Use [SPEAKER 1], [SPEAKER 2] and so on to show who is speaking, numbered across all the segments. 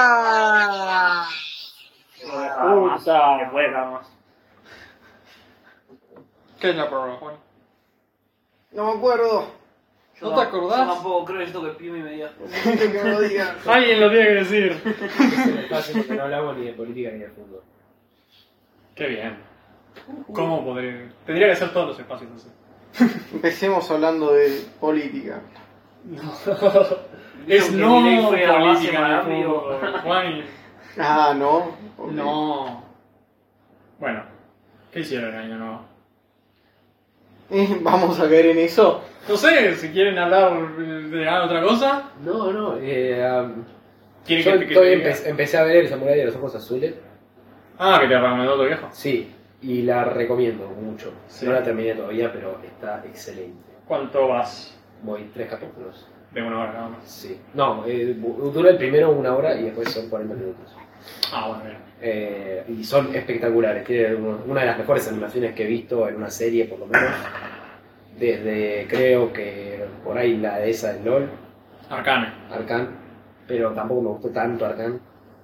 [SPEAKER 1] ¡Puta!
[SPEAKER 2] Puta.
[SPEAKER 3] Que puede dar más.
[SPEAKER 2] ¿Qué es la prueba, Juan?
[SPEAKER 1] No me acuerdo.
[SPEAKER 3] Yo
[SPEAKER 2] ¿No te
[SPEAKER 3] tam-
[SPEAKER 2] acordás?
[SPEAKER 3] Yo tampoco creo esto que Pimi me diga.
[SPEAKER 1] Necesito que me lo digan.
[SPEAKER 2] Alguien lo tiene que decir.
[SPEAKER 4] Se me pasa porque no hablamos ni de política ni de fútbol.
[SPEAKER 2] Qué bien. ¿Cómo podría? Tendría que ser todos los espacios así.
[SPEAKER 1] Empecemos hablando de política.
[SPEAKER 2] Es
[SPEAKER 3] que
[SPEAKER 2] no
[SPEAKER 3] Milei fue a base
[SPEAKER 2] política
[SPEAKER 3] Miami,
[SPEAKER 2] ni
[SPEAKER 3] o-
[SPEAKER 2] fútbol, Juan.
[SPEAKER 1] Ah, no. Ok.
[SPEAKER 2] No. Bueno, ¿qué hicieron el año nuevo?
[SPEAKER 1] Eh, Vamos a caer en eso.
[SPEAKER 2] No sé, si quieren hablar de otra cosa.
[SPEAKER 4] No, no, eh, um,
[SPEAKER 2] ¿Quieren
[SPEAKER 4] yo
[SPEAKER 2] que- que
[SPEAKER 4] estoy-
[SPEAKER 2] te diga?
[SPEAKER 4] empe- empecé a ver el Samurai de los Ojos Azules,
[SPEAKER 2] Ah, que te recomendó otro viejo.
[SPEAKER 4] sí, y la recomiendo mucho.
[SPEAKER 2] Sí.
[SPEAKER 4] No la terminé todavía, pero está excelente.
[SPEAKER 2] ¿Cuánto vas?
[SPEAKER 4] Voy tres capítulos.
[SPEAKER 2] De una hora nada más.
[SPEAKER 4] Sí. No, eh, bu- dura el primero una hora y después son 40 minutos.
[SPEAKER 2] Ah, bueno, bien.
[SPEAKER 4] Eh, y son espectaculares. Tiene uno- una de las mejores animaciones que he visto en una serie, por lo menos. Desde creo que por ahí la de esa del LOL,
[SPEAKER 2] Arcane,
[SPEAKER 4] Arcan. Pero tampoco me gustó tanto Arcan.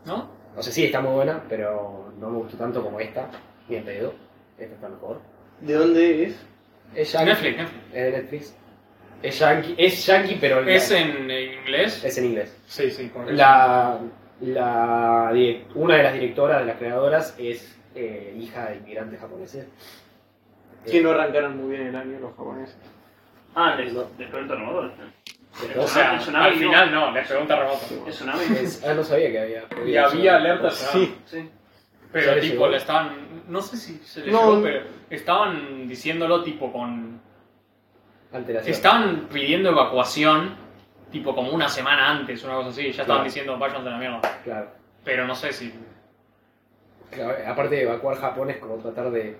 [SPEAKER 2] ¿no?
[SPEAKER 4] O sea, sí, está muy buena, pero no me gustó tanto como esta. Ni en pedo. Esta está mejor.
[SPEAKER 1] ¿De dónde es?
[SPEAKER 4] Es yankee.
[SPEAKER 2] Netflix, Netflix.
[SPEAKER 4] Es de Netflix. Es yankee, es yankee pero la-
[SPEAKER 2] ¿Es en en inglés?
[SPEAKER 4] es en inglés.
[SPEAKER 2] Sí, sí, porque.
[SPEAKER 4] La, la direc- una de las directoras, de las creadoras, es eh, hija de inmigrantes japoneses.
[SPEAKER 1] Que no
[SPEAKER 4] Eh,
[SPEAKER 1] arrancaron muy bien el año los japoneses.
[SPEAKER 3] Ah, les despertó el motor.
[SPEAKER 2] O sea, al final no, le pegó un terremoto.
[SPEAKER 3] Es tsunami.
[SPEAKER 4] es- ah, no sabía que había.
[SPEAKER 2] Y había alerta
[SPEAKER 1] Sí.
[SPEAKER 3] Sí.
[SPEAKER 4] ¿Ya
[SPEAKER 2] Pero
[SPEAKER 4] le
[SPEAKER 2] tipo,
[SPEAKER 4] llegó?
[SPEAKER 2] le estaban. No sé si se le
[SPEAKER 1] No,
[SPEAKER 2] llegó,
[SPEAKER 1] no.
[SPEAKER 2] pero estaban diciéndolo tipo con.
[SPEAKER 4] Alteración.
[SPEAKER 2] Estaban pidiendo evacuación, tipo como una semana antes, una cosa así. Ya estaban
[SPEAKER 4] Claro.
[SPEAKER 2] diciendo, váyanse a la mierda.
[SPEAKER 4] Claro.
[SPEAKER 2] Pero no sé si.
[SPEAKER 4] Claro, Aparte de evacuar Japón es como tratar de.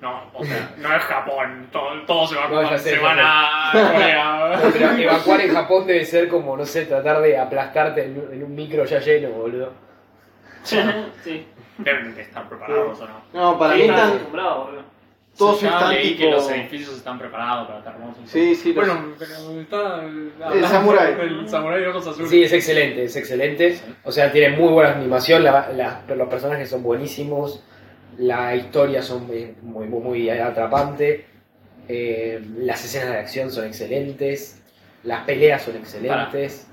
[SPEAKER 2] No, o sea, no es Japón. Todo, todo se evacúa.
[SPEAKER 4] No, ya sé,
[SPEAKER 2] se
[SPEAKER 4] ya
[SPEAKER 2] van
[SPEAKER 4] sé.
[SPEAKER 2] a
[SPEAKER 4] No,
[SPEAKER 2] Corea.
[SPEAKER 4] pero evacuar en Japón debe ser como, no sé, tratar de aplastarte en, un- en un micro ya lleno, boludo.
[SPEAKER 3] sí.
[SPEAKER 2] Deben de estar preparados o no.
[SPEAKER 1] No, para mí
[SPEAKER 3] Sí, estaba
[SPEAKER 1] están.
[SPEAKER 3] acostumbrado, boludo.
[SPEAKER 1] Todos
[SPEAKER 2] Ya
[SPEAKER 1] están
[SPEAKER 2] leí que
[SPEAKER 1] tipo-
[SPEAKER 2] los edificios están preparados para terremotos.
[SPEAKER 1] Sí, sí, los-
[SPEAKER 2] Bueno, pero está.
[SPEAKER 1] El samurái.
[SPEAKER 2] El samurái de ojos azules.
[SPEAKER 4] Sí, es excelente, es excelente. O sea, tiene muy buena animación, la- la- los personajes son buenísimos, la historia son muy, muy, muy- muy atrapante, eh, las escenas de acción son excelentes, las peleas son excelentes.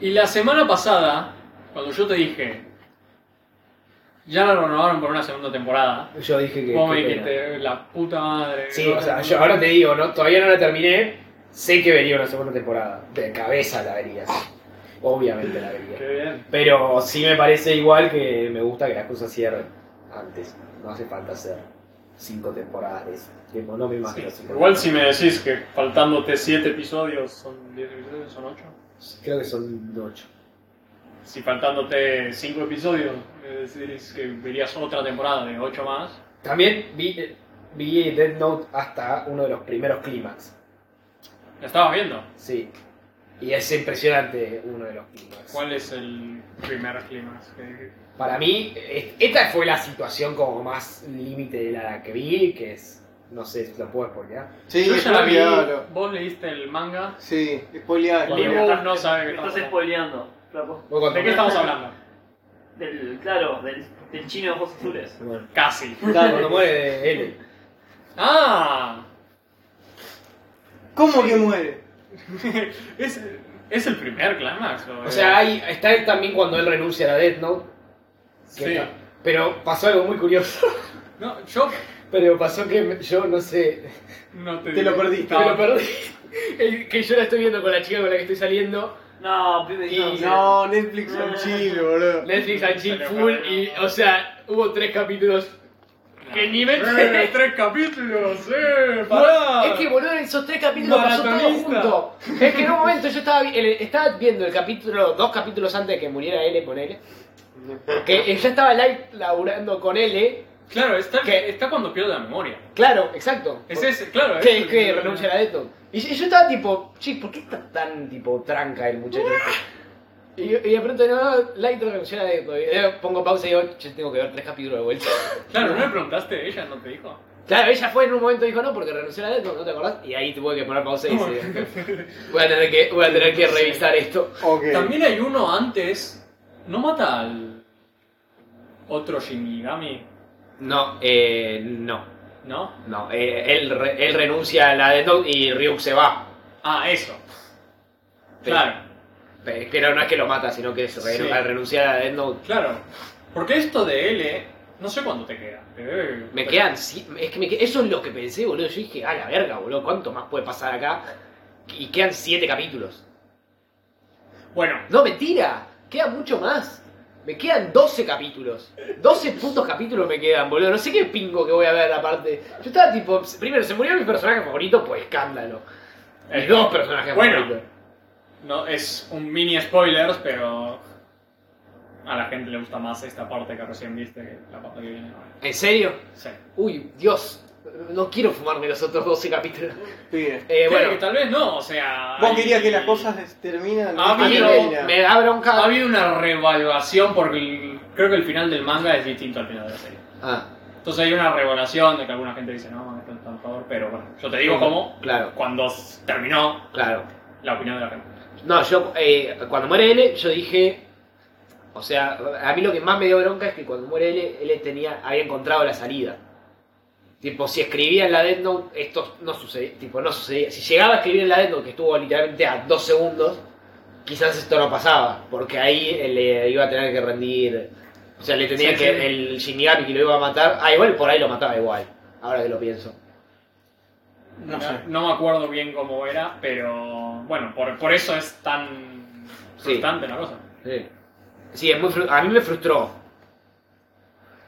[SPEAKER 2] Y la semana pasada, cuando yo te dije, ya la renovaron por una segunda temporada,
[SPEAKER 4] Yo dije que...
[SPEAKER 2] vos me
[SPEAKER 4] qué pena.
[SPEAKER 2] dijiste, la puta madre.
[SPEAKER 4] Sí,
[SPEAKER 2] ¿no?
[SPEAKER 4] o sea, yo ahora te digo, no, todavía no la terminé, sé que venía una segunda temporada, de cabeza la vería, sí. obviamente la
[SPEAKER 2] Qué
[SPEAKER 4] vería.
[SPEAKER 2] bien.
[SPEAKER 4] Pero sí me parece igual que me gusta que las cosas cierren antes. No hace falta hacer cinco temporadas de eso. Tipo, no me imagino
[SPEAKER 2] Sí.
[SPEAKER 4] cinco
[SPEAKER 2] Igual
[SPEAKER 4] temporadas.
[SPEAKER 2] si me decís que faltándote 7 episodios son 10 episodios, son 8.
[SPEAKER 4] Creo que son ocho.
[SPEAKER 2] Si faltándote 5 episodios me decís que verías otra temporada de 8 más,
[SPEAKER 4] También vi, vi Dead Note hasta uno de los primeros clímax.
[SPEAKER 2] la estabas viendo.
[SPEAKER 4] Sí. Y es impresionante uno de los clímax.
[SPEAKER 2] ¿Cuál es el primer clímax que dijiste?
[SPEAKER 4] Para mí, es- esta fue la situación como más límite de la que vi, que es. No sé, lo puedo spoilear.
[SPEAKER 1] Sí,
[SPEAKER 2] Yo ya la vi,
[SPEAKER 1] spoilealo.
[SPEAKER 2] vos leíste el manga,
[SPEAKER 1] Sí, spoilealo.
[SPEAKER 3] Bueno,
[SPEAKER 2] Limo
[SPEAKER 3] estás-
[SPEAKER 2] no sabe que
[SPEAKER 3] me Estás
[SPEAKER 2] estamos-
[SPEAKER 3] spoileando, flaco.
[SPEAKER 4] Vos contá.
[SPEAKER 2] ¿de qué estamos hablando?
[SPEAKER 3] Del, claro, del, del chino de ojos azules.
[SPEAKER 4] Bueno,
[SPEAKER 2] Casi.
[SPEAKER 4] cuando muere de L.
[SPEAKER 2] Ah,
[SPEAKER 1] ¿Cómo que muere?
[SPEAKER 2] es, es el primer clímax.
[SPEAKER 4] O sea, hay, está también cuando él renuncia a la Death Note. que
[SPEAKER 2] Sí.
[SPEAKER 4] está- pero pasó algo muy curioso.
[SPEAKER 2] No, yo
[SPEAKER 4] Pero pasó que me- yo no sé.
[SPEAKER 2] no te.
[SPEAKER 1] Te lo perdiste.
[SPEAKER 4] Me
[SPEAKER 2] No,
[SPEAKER 4] lo perdí. El- que yo la estoy viendo con la chica con la que estoy saliendo.
[SPEAKER 3] No, pibe,
[SPEAKER 4] Y-
[SPEAKER 1] No,
[SPEAKER 3] no.
[SPEAKER 1] Netflix son chill, boludo.
[SPEAKER 4] Netflix and chill
[SPEAKER 2] Pero,
[SPEAKER 4] full.
[SPEAKER 2] pero,
[SPEAKER 4] Y,
[SPEAKER 2] no.
[SPEAKER 4] o sea, hubo tres capítulos que ni me
[SPEAKER 2] Eh,
[SPEAKER 4] enteré.
[SPEAKER 2] tres capítulos, eh, pará.
[SPEAKER 4] Es que boludo, en esos tres capítulos pasó todo
[SPEAKER 2] Maratonista.
[SPEAKER 4] junto. Es que en un momento yo estaba, vi- el- estaba viendo el capítulo, dos capítulos antes de que muriera L, ponele. Que eh, ya estaba live laburando con L.
[SPEAKER 2] Claro, está,
[SPEAKER 4] ¿Qué?
[SPEAKER 2] está cuando pierde la memoria.
[SPEAKER 4] Claro, exacto.
[SPEAKER 2] Es ese, claro.
[SPEAKER 4] Que,
[SPEAKER 2] es-
[SPEAKER 4] que renuncia a la Death Note. Y yo, y yo estaba tipo, che, ¿por qué está tan tipo tranca el muchacho? este? Y, y de pronto, no, no, Light renunció a la Death Note. Y yo pongo pausa y digo, che, tengo que ver tres capítulos de vuelta.
[SPEAKER 2] Claro, no le preguntaste a ella, no te dijo.
[SPEAKER 4] Claro, ella fue en un momento y dijo, no, porque renunció a la Death Note, ¿no te acordás? Y ahí tuve que poner pausa y dice, voy a tener que, voy a tener que revisar esto.
[SPEAKER 1] Ok.
[SPEAKER 2] También hay uno antes ¿No mata al otro Shinigami?
[SPEAKER 4] No, eh, no.
[SPEAKER 2] ¿No?
[SPEAKER 4] No, eh, él, re- él renuncia a la de Note y Ryuk se va.
[SPEAKER 2] Ah, eso.
[SPEAKER 4] Sí.
[SPEAKER 2] Claro,
[SPEAKER 4] Pero pero no es que lo mata, sino que es renu-
[SPEAKER 2] Sí.
[SPEAKER 4] al renunciar a la Death Note.
[SPEAKER 2] claro. Porque esto de L, no sé cuándo te queda. te debe-
[SPEAKER 4] Me quedan. si- Es que me que- eso es lo que pensé, boludo. Yo dije, a la verga, boludo, ¿cuánto más puede pasar acá? Y quedan siete capítulos.
[SPEAKER 2] Bueno,
[SPEAKER 4] No, mentira, queda mucho más. Me quedan 12 capítulos. 12 putos capítulos me quedan, boludo. No sé qué pingo que voy a ver aparte. Yo estaba tipo, primero, se murió mi personaje favorito, pues escándalo. Mis
[SPEAKER 2] Eh,
[SPEAKER 4] dos personajes
[SPEAKER 2] bueno.
[SPEAKER 4] favoritos.
[SPEAKER 2] no es un mini spoilers, pero a la gente le gusta más esta parte que recién viste que la parte que viene ahora.
[SPEAKER 4] ¿En serio?
[SPEAKER 2] Sí.
[SPEAKER 4] Uy, Dios, no quiero fumarme los otros 12 capítulos.
[SPEAKER 1] Pide.
[SPEAKER 4] Eh,
[SPEAKER 2] Sí, que
[SPEAKER 4] bueno,
[SPEAKER 2] tal vez no, o sea...
[SPEAKER 1] Vos
[SPEAKER 2] hay-
[SPEAKER 1] querías que las cosas es- terminan.
[SPEAKER 2] Ah,
[SPEAKER 4] a mí
[SPEAKER 2] pero-
[SPEAKER 4] me,
[SPEAKER 1] terminan.
[SPEAKER 4] me da bronca.
[SPEAKER 2] Ha habido una revaluación porque el- creo que el final del manga es distinto al final de la serie.
[SPEAKER 4] Ah,
[SPEAKER 2] Entonces hay una revaluación de que alguna gente dice, no, esto está a favor, pero bueno, yo te digo cómo,
[SPEAKER 4] claro,
[SPEAKER 2] cuando s- terminó
[SPEAKER 4] claro.
[SPEAKER 2] la opinión de la gente.
[SPEAKER 4] No, yo eh, cuando muere L, yo dije. O sea, a mí lo que más me dio bronca es que cuando muere L, L tenía, había encontrado la salida. Tipo, si escribía en la Death Note, esto no sucedía. Tipo, no sucedía. Si llegaba a escribir en la Death Note, que estuvo literalmente a dos segundos, quizás esto no pasaba. Porque ahí le iba a tener que rendir. O sea, le tenía
[SPEAKER 2] Sí,
[SPEAKER 4] que.
[SPEAKER 2] sí.
[SPEAKER 4] El Shinigami que lo iba a matar. Ah, igual por ahí lo mataba igual. Ahora que lo pienso.
[SPEAKER 1] No
[SPEAKER 2] Ya,
[SPEAKER 1] sé.
[SPEAKER 2] no me acuerdo bien cómo era, pero bueno, por, por eso es tan
[SPEAKER 4] Sí.
[SPEAKER 2] frustrante la cosa.
[SPEAKER 4] Sí. Sí, es muy fru- a mí me frustró.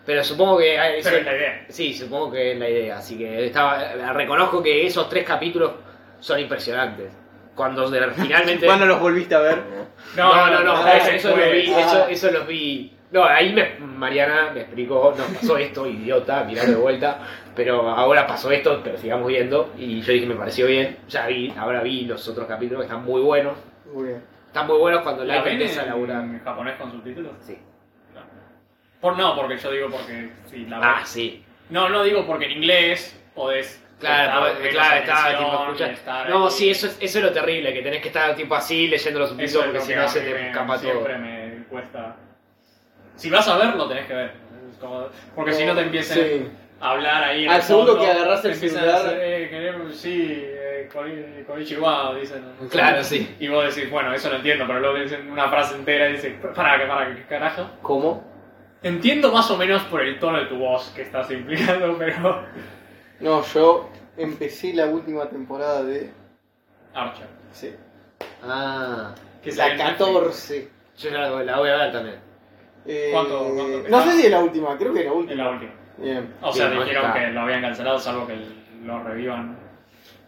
[SPEAKER 4] Pero supongo que. ah,
[SPEAKER 2] Pero
[SPEAKER 4] sí.
[SPEAKER 2] es la idea.
[SPEAKER 4] Sí, supongo que es la idea. Así que estaba, reconozco que esos tres capítulos son impresionantes. Cuando de- finalmente.
[SPEAKER 1] ¿Cuándo los volviste a ver?
[SPEAKER 4] no, no, no,
[SPEAKER 1] no,
[SPEAKER 4] eso, eso los vi,
[SPEAKER 1] Ah.
[SPEAKER 4] eso, eso los vi. No, ahí me- Mariana me explicó, no, pasó esto, idiota, mirar de vuelta, pero ahora pasó esto, pero sigamos viendo. Y yo dije, me pareció bien, ya vi, ahora vi los otros capítulos que están muy buenos.
[SPEAKER 1] Muy bien.
[SPEAKER 4] Están muy buenos cuando
[SPEAKER 2] ¿La
[SPEAKER 4] la
[SPEAKER 2] ven
[SPEAKER 4] empieza a
[SPEAKER 2] en,
[SPEAKER 4] laburar.
[SPEAKER 2] japonés con subtítulos?
[SPEAKER 4] Sí.
[SPEAKER 2] Por, no, porque yo digo porque si la
[SPEAKER 4] Ah,
[SPEAKER 2] ves-
[SPEAKER 4] sí.
[SPEAKER 2] No, no digo porque en inglés podés...
[SPEAKER 4] Claro,
[SPEAKER 2] prestar
[SPEAKER 4] porque,
[SPEAKER 2] menos
[SPEAKER 4] claro, estaba
[SPEAKER 2] atención
[SPEAKER 4] tipo
[SPEAKER 2] y
[SPEAKER 4] escuchando.
[SPEAKER 2] estar
[SPEAKER 4] No,
[SPEAKER 2] ahí.
[SPEAKER 4] sí, eso es, eso es lo terrible, que tenés que estar tipo así leyendo los subtítulos
[SPEAKER 2] es
[SPEAKER 4] porque
[SPEAKER 2] lo
[SPEAKER 4] si
[SPEAKER 2] que
[SPEAKER 4] no
[SPEAKER 2] a
[SPEAKER 4] se
[SPEAKER 2] mí
[SPEAKER 4] te
[SPEAKER 2] me-
[SPEAKER 4] escapa todo.
[SPEAKER 2] Siempre me cuesta. Si vas a verlo, tenés que ver. Es como- Porque si no te empiezan
[SPEAKER 1] Sí.
[SPEAKER 2] a hablar ahí. en
[SPEAKER 1] Al
[SPEAKER 2] el
[SPEAKER 1] segundo
[SPEAKER 2] fondo,
[SPEAKER 1] que agarrás
[SPEAKER 2] te
[SPEAKER 1] el
[SPEAKER 2] empiezan
[SPEAKER 1] celular-
[SPEAKER 2] a hacer, eh, queremos- sí, eh, koni- konnichiwa, dicen.
[SPEAKER 4] Claro, sí.
[SPEAKER 2] Y vos decís, bueno, eso lo entiendo, pero luego dicen una frase entera y dices, para, que para, que carajo.
[SPEAKER 1] ¿Cómo?
[SPEAKER 2] Entiendo más o menos por el tono de tu voz que estás implicando, pero.
[SPEAKER 1] No, yo empecé la última temporada de.
[SPEAKER 2] Archer.
[SPEAKER 1] Sí.
[SPEAKER 4] Ah,
[SPEAKER 2] que sale
[SPEAKER 1] La
[SPEAKER 2] en Netflix.
[SPEAKER 1] 14.
[SPEAKER 4] yo ya la, la voy a ver también.
[SPEAKER 1] Eh,
[SPEAKER 2] ¿Cuánto- cuánto
[SPEAKER 1] no
[SPEAKER 2] pesaba?
[SPEAKER 1] sé si es la última, creo que es la
[SPEAKER 2] En
[SPEAKER 1] última.
[SPEAKER 2] la última.
[SPEAKER 1] Bien.
[SPEAKER 2] O sea,
[SPEAKER 4] Sí,
[SPEAKER 2] dijeron
[SPEAKER 4] está.
[SPEAKER 2] que lo habían cancelado, salvo que lo revivan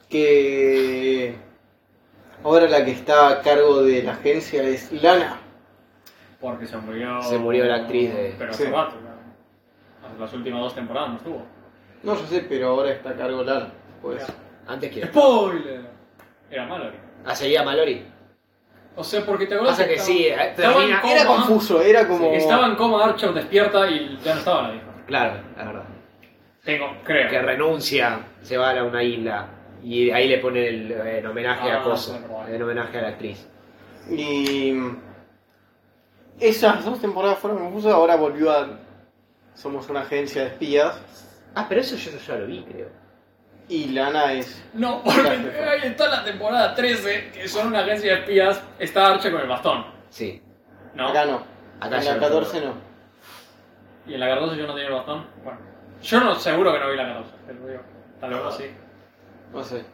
[SPEAKER 1] Que. Ahora la que está a cargo de la agencia es Lana.
[SPEAKER 2] Porque se murió.
[SPEAKER 4] Se murió la actriz de-
[SPEAKER 2] Pero
[SPEAKER 1] Sí.
[SPEAKER 2] hace rato, ¿no? Las últimas dos temporadas no estuvo.
[SPEAKER 1] No, yo sé, pero ahora está a cargo Lana. Pues.
[SPEAKER 4] Antes que.
[SPEAKER 2] ¡Spoiler! Era malo.
[SPEAKER 4] Ah, seguía Mallory.
[SPEAKER 2] O sea, porque te acuerdas.
[SPEAKER 4] Pasa que sí, eh,
[SPEAKER 2] estaba en
[SPEAKER 4] termina-
[SPEAKER 2] coma.
[SPEAKER 1] Era confuso, era como.
[SPEAKER 2] Estaba en coma, Archer despierta y ya no estaba la hija.
[SPEAKER 4] Claro, la verdad.
[SPEAKER 2] Tengo, creo.
[SPEAKER 4] Que renuncia, se va a una isla. Y ahí le pone el, eh, en homenaje a
[SPEAKER 2] Ah,
[SPEAKER 4] Cosa,
[SPEAKER 2] es verdad.
[SPEAKER 4] en homenaje a la actriz.
[SPEAKER 1] Y esas dos temporadas fueron confusas, ahora volvió a... Somos una agencia de espías
[SPEAKER 4] Ah, pero eso yo ya lo vi, creo.
[SPEAKER 1] y Lana es...
[SPEAKER 2] No, porque ahí está la temporada 13, que son una agencia de espías. Está Archer con el bastón,
[SPEAKER 4] Sí.
[SPEAKER 2] ¿no?
[SPEAKER 1] Acá no.
[SPEAKER 4] Acá
[SPEAKER 1] en
[SPEAKER 4] ya
[SPEAKER 1] la
[SPEAKER 4] no
[SPEAKER 1] 14 no.
[SPEAKER 2] Y en la 14 yo no tenía el bastón. Bueno, yo no, seguro que no vi la 14, te lo digo. Tal vez sí.
[SPEAKER 1] No sé.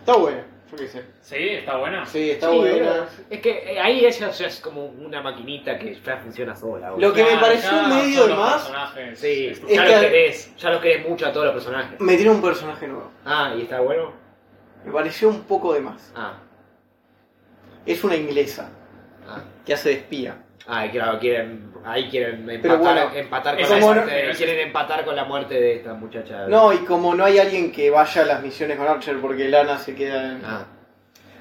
[SPEAKER 1] Está buena, yo qué sé.
[SPEAKER 2] Sí, está buena.
[SPEAKER 1] Sí, está
[SPEAKER 4] Sí,
[SPEAKER 1] buena.
[SPEAKER 4] era- es que eh, ahí ella ya es como una maquinita que ya funciona sola. boludo.
[SPEAKER 1] Lo que me pareció
[SPEAKER 2] ya
[SPEAKER 1] medio
[SPEAKER 2] son
[SPEAKER 1] de
[SPEAKER 2] los
[SPEAKER 1] más-
[SPEAKER 2] personajes.
[SPEAKER 4] Sí,
[SPEAKER 2] Es-
[SPEAKER 1] Es
[SPEAKER 4] ya
[SPEAKER 1] que-
[SPEAKER 4] lo querés, ya lo querés mucho a todos los personajes.
[SPEAKER 1] Metieron un personaje nuevo.
[SPEAKER 4] Ah, ¿y está bueno?
[SPEAKER 1] Me pareció un poco de más.
[SPEAKER 4] Ah,
[SPEAKER 1] Es una inglesa
[SPEAKER 4] ah.
[SPEAKER 1] que hace de espía.
[SPEAKER 4] Ah, claro, quieren, ahí quieren
[SPEAKER 1] Pero
[SPEAKER 4] empatar,
[SPEAKER 1] bueno,
[SPEAKER 4] empatar
[SPEAKER 2] es
[SPEAKER 4] con la
[SPEAKER 2] amor,
[SPEAKER 4] muerte, eh,
[SPEAKER 2] pero es-
[SPEAKER 4] quieren empatar con la muerte de esta muchacha.
[SPEAKER 1] No, y como no hay alguien que vaya a las misiones con Archer porque Lana se queda en...
[SPEAKER 4] Ah,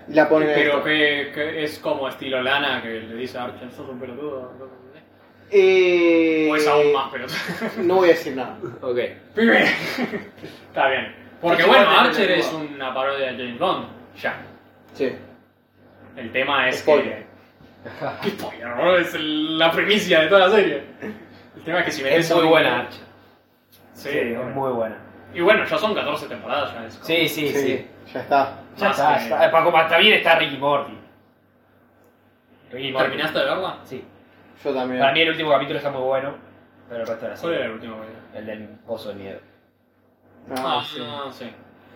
[SPEAKER 1] La ponen en
[SPEAKER 2] Pero
[SPEAKER 1] esto.
[SPEAKER 2] que, que es como estilo lana que le dice a Archer, sos un pelotudo. no sé".
[SPEAKER 1] Eh,
[SPEAKER 2] O es aún más pelotudo.
[SPEAKER 1] No voy a decir nada.
[SPEAKER 4] ok.
[SPEAKER 2] Pibe. Está bien. Porque
[SPEAKER 1] Es
[SPEAKER 2] bueno,
[SPEAKER 1] igual de
[SPEAKER 2] Archer
[SPEAKER 1] pelotudo.
[SPEAKER 2] es una parodia de James Bond. Ya.
[SPEAKER 1] Sí.
[SPEAKER 2] El tema es
[SPEAKER 1] Spoiler.
[SPEAKER 2] que. ¿Qué spoiler, bro? Es el- la primicia de toda la serie. El tema es que si ves
[SPEAKER 4] Es muy buena, Arch.
[SPEAKER 2] Sí,
[SPEAKER 4] es muy buena.
[SPEAKER 2] Y bueno, ya son 14 temporadas ya. Es como-
[SPEAKER 4] Sí, sí, eh. sí.
[SPEAKER 1] ya está.
[SPEAKER 4] Ya
[SPEAKER 2] Más
[SPEAKER 4] está,
[SPEAKER 2] que-
[SPEAKER 4] está. Para como está bien está Ricky Morty. Ricky Morty.
[SPEAKER 2] ¿Terminaste de verla?
[SPEAKER 4] Sí.
[SPEAKER 1] Yo también.
[SPEAKER 4] Para mí el último capítulo está muy bueno, pero el resto de la
[SPEAKER 2] ¿Cuál
[SPEAKER 4] serie.
[SPEAKER 2] era el último video?
[SPEAKER 4] El del pozo de miedo.
[SPEAKER 1] Ah,
[SPEAKER 2] Ah,
[SPEAKER 1] sí.
[SPEAKER 2] no, sí.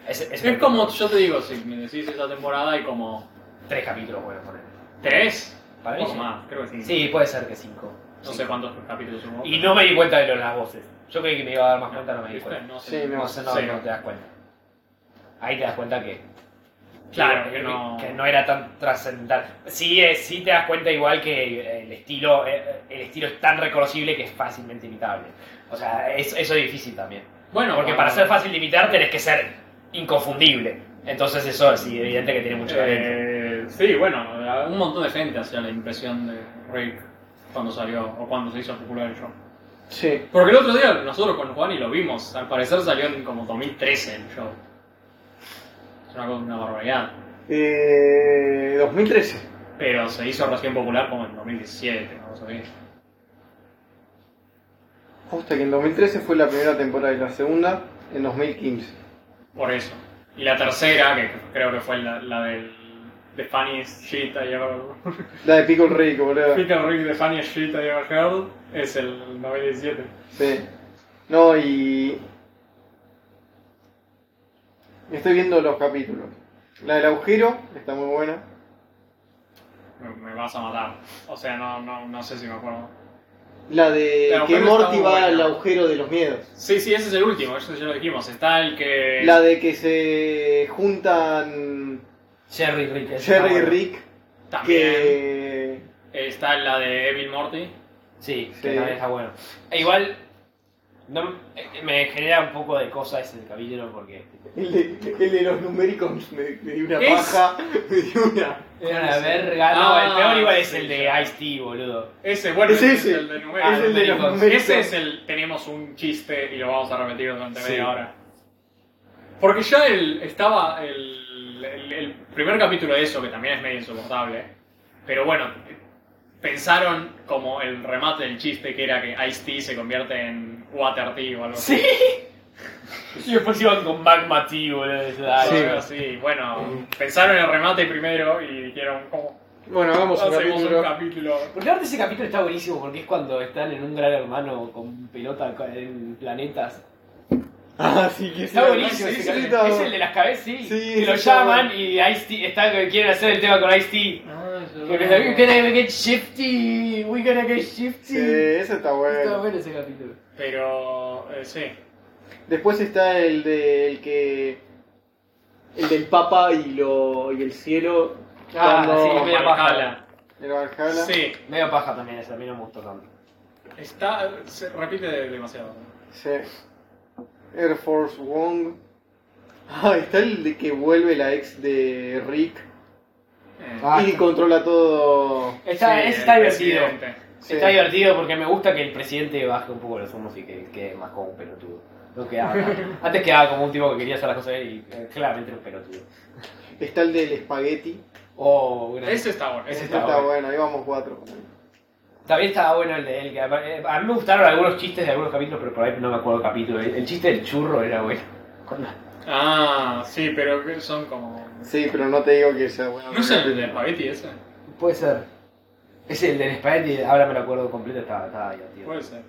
[SPEAKER 4] Ese- ese
[SPEAKER 2] Es como, yo te digo, si me decís esa temporada hay como
[SPEAKER 4] tres capítulos buenos por él.
[SPEAKER 2] tres.
[SPEAKER 4] Para mí
[SPEAKER 2] Poco
[SPEAKER 4] sí.
[SPEAKER 2] más, creo que sí.
[SPEAKER 4] Sí, puede ser que cinco.
[SPEAKER 2] No sé cuántos capítulos hubo.
[SPEAKER 4] Y no me di cuenta de lo de las voces. Yo creí que me iba a dar más cuenta, no me di
[SPEAKER 2] ¿Viste?
[SPEAKER 4] cuenta.
[SPEAKER 2] No
[SPEAKER 1] Sí,
[SPEAKER 2] sé.
[SPEAKER 1] no.
[SPEAKER 4] No, sé, no,
[SPEAKER 2] Sí.
[SPEAKER 4] no te das cuenta. Ahí te das cuenta que.
[SPEAKER 2] Claro,
[SPEAKER 4] que,
[SPEAKER 2] que no.
[SPEAKER 4] que no era tan trascendental. Sí, eh, sí te das cuenta igual que el estilo, eh, el estilo es tan reconocible que es fácilmente imitable. O sea, es- eso es difícil también.
[SPEAKER 2] Bueno,
[SPEAKER 4] Porque
[SPEAKER 2] bueno,
[SPEAKER 4] para ser fácil de imitar tenés que ser inconfundible. Entonces eso es evidente que tiene mucho talento.
[SPEAKER 2] Eh, sí, bueno, un montón de gente hacía la impresión de Rick cuando salió o cuando se hizo popular el show.
[SPEAKER 1] Sí.
[SPEAKER 2] Porque el otro día nosotros con Juan y lo vimos, al parecer salió en como 2013 el show. Es una, cosa- una barbaridad.
[SPEAKER 1] Eh, 2013.
[SPEAKER 2] Pero se hizo recién popular como en 2017, no lo sabía.
[SPEAKER 1] Justo que en 2013 fue la primera temporada y la segunda en 2015.
[SPEAKER 2] Por eso. Y la tercera, que creo que fue la, la del. The Funniest Shit I Ever.
[SPEAKER 1] La de Pickle Rick, boludo.
[SPEAKER 2] Peter Rick, The Funniest Shit I Ever Heard, es el 2017.
[SPEAKER 1] Sí. No, y. Estoy viendo los capítulos. La del agujero está muy buena.
[SPEAKER 2] Me, me vas a matar. O sea, no, no, no sé si me acuerdo.
[SPEAKER 1] La de
[SPEAKER 2] La del
[SPEAKER 1] que
[SPEAKER 2] agujero está
[SPEAKER 1] Morty
[SPEAKER 2] muy
[SPEAKER 1] va
[SPEAKER 2] buena.
[SPEAKER 1] al agujero de los miedos.
[SPEAKER 2] Sí, sí, ese es el último, eso ya lo dijimos. Está el que.
[SPEAKER 1] La de que se juntan
[SPEAKER 4] Jerry y Rick. ese
[SPEAKER 1] Jerry y
[SPEAKER 4] está bueno.
[SPEAKER 1] Rick.
[SPEAKER 2] También.
[SPEAKER 1] Que.
[SPEAKER 2] Está la de Evil Morty.
[SPEAKER 1] Sí.
[SPEAKER 4] Sí, que también está bueno. E igual, no, eh, me genera un poco de cosa ese capítulo porque...
[SPEAKER 1] El de, el de los numéricos me, me dio una
[SPEAKER 2] Es-
[SPEAKER 1] paja. Me dio una.
[SPEAKER 5] Eh,
[SPEAKER 4] Era una verga. No,
[SPEAKER 2] Ah,
[SPEAKER 4] el peor igual es
[SPEAKER 2] sí,
[SPEAKER 4] el
[SPEAKER 2] ya.
[SPEAKER 4] de Ice-T, boludo.
[SPEAKER 2] Ese, bueno,
[SPEAKER 1] Es
[SPEAKER 2] ese
[SPEAKER 1] ese.
[SPEAKER 2] es el de
[SPEAKER 4] Ah,
[SPEAKER 1] es el de los
[SPEAKER 4] numéricos.
[SPEAKER 1] numéricos.
[SPEAKER 2] Ese es el. Tenemos un chiste y lo vamos a repetir durante
[SPEAKER 1] Sí.
[SPEAKER 2] media hora. Porque ya el, estaba el, el- el primer capítulo de eso, que también es medio insoportable. Pero bueno, pensaron como el remate del chiste que era que Ice-T se convierte en Water T o algo así.
[SPEAKER 4] Y después iban con Magma T, boludo.
[SPEAKER 2] Algo
[SPEAKER 1] Sí.
[SPEAKER 2] así. Bueno, pensaron el remate primero y dijeron, ¿cómo?
[SPEAKER 1] Bueno, hagamos un
[SPEAKER 2] Hacemos un
[SPEAKER 1] capítulo.
[SPEAKER 2] capítulo.
[SPEAKER 4] Porque aparte ese capítulo está buenísimo porque es cuando están en un gran hermano con pelota ca- en planetas.
[SPEAKER 1] Ah, sí, que
[SPEAKER 4] Está
[SPEAKER 1] sí,
[SPEAKER 4] buenísimo
[SPEAKER 1] sí,
[SPEAKER 4] ese
[SPEAKER 1] sí,
[SPEAKER 4] capítulo.
[SPEAKER 1] está
[SPEAKER 4] Es
[SPEAKER 1] bueno.
[SPEAKER 4] el de las cabezas, sí.
[SPEAKER 1] Sí,
[SPEAKER 4] que lo
[SPEAKER 1] sí, está
[SPEAKER 4] llaman y Ice-T está, quieren hacer el tema con Ice-T.
[SPEAKER 1] Ah,
[SPEAKER 4] Que empieza, "We're gonna get shifty, we're gonna get shifty.
[SPEAKER 1] Sí, ese está bueno.
[SPEAKER 4] Está bueno ese capítulo.
[SPEAKER 2] Pero, eh, sí.
[SPEAKER 1] Después está el del que. El del Papa y, lo, y el cielo.
[SPEAKER 4] Ah, sí,
[SPEAKER 1] cuando-
[SPEAKER 4] me- Media paja.
[SPEAKER 2] Valhalla.
[SPEAKER 1] el Valhalla.
[SPEAKER 2] Sí,
[SPEAKER 4] Medio paja también ese, a mí no me gustó tanto.
[SPEAKER 2] está, se repite demasiado.
[SPEAKER 1] Sí. Air Force Wong. Ah, está el de que vuelve la ex de Rick
[SPEAKER 2] Eh,
[SPEAKER 4] Ah,
[SPEAKER 1] y
[SPEAKER 4] está-
[SPEAKER 1] controla todo.
[SPEAKER 4] Está,
[SPEAKER 2] sí,
[SPEAKER 4] ese está
[SPEAKER 2] el
[SPEAKER 4] divertido.
[SPEAKER 2] presidente.
[SPEAKER 1] Sí.
[SPEAKER 4] Está divertido porque me gusta que el presidente baje un poco los humos y que quede más como un pelotudo. No quedaba tan- Antes quedaba como un tipo que quería hacer las cosas bien y eh, claramente era un pelotudo.
[SPEAKER 1] Está el del espagueti.
[SPEAKER 4] Oh, gran-
[SPEAKER 2] Ese está bueno.
[SPEAKER 4] Ese
[SPEAKER 2] Ese
[SPEAKER 1] Está,
[SPEAKER 4] está
[SPEAKER 2] está
[SPEAKER 1] bueno. ahí vamos cuatro.
[SPEAKER 4] También estaba bueno el de él. que apa- eh, A mí me gustaron algunos chistes de algunos capítulos, pero por ahí no me acuerdo capítulo. El, el chiste del churro era bueno. Cuando-
[SPEAKER 2] Ah, sí, pero que son como.
[SPEAKER 1] Sí, pero no te digo que sea bueno.
[SPEAKER 2] ¿No es el de espagueti ese?
[SPEAKER 4] Puede ser. Es el del Spaghetti, ahora me lo acuerdo completo, estaba, estaba divertido.
[SPEAKER 2] Puede ser.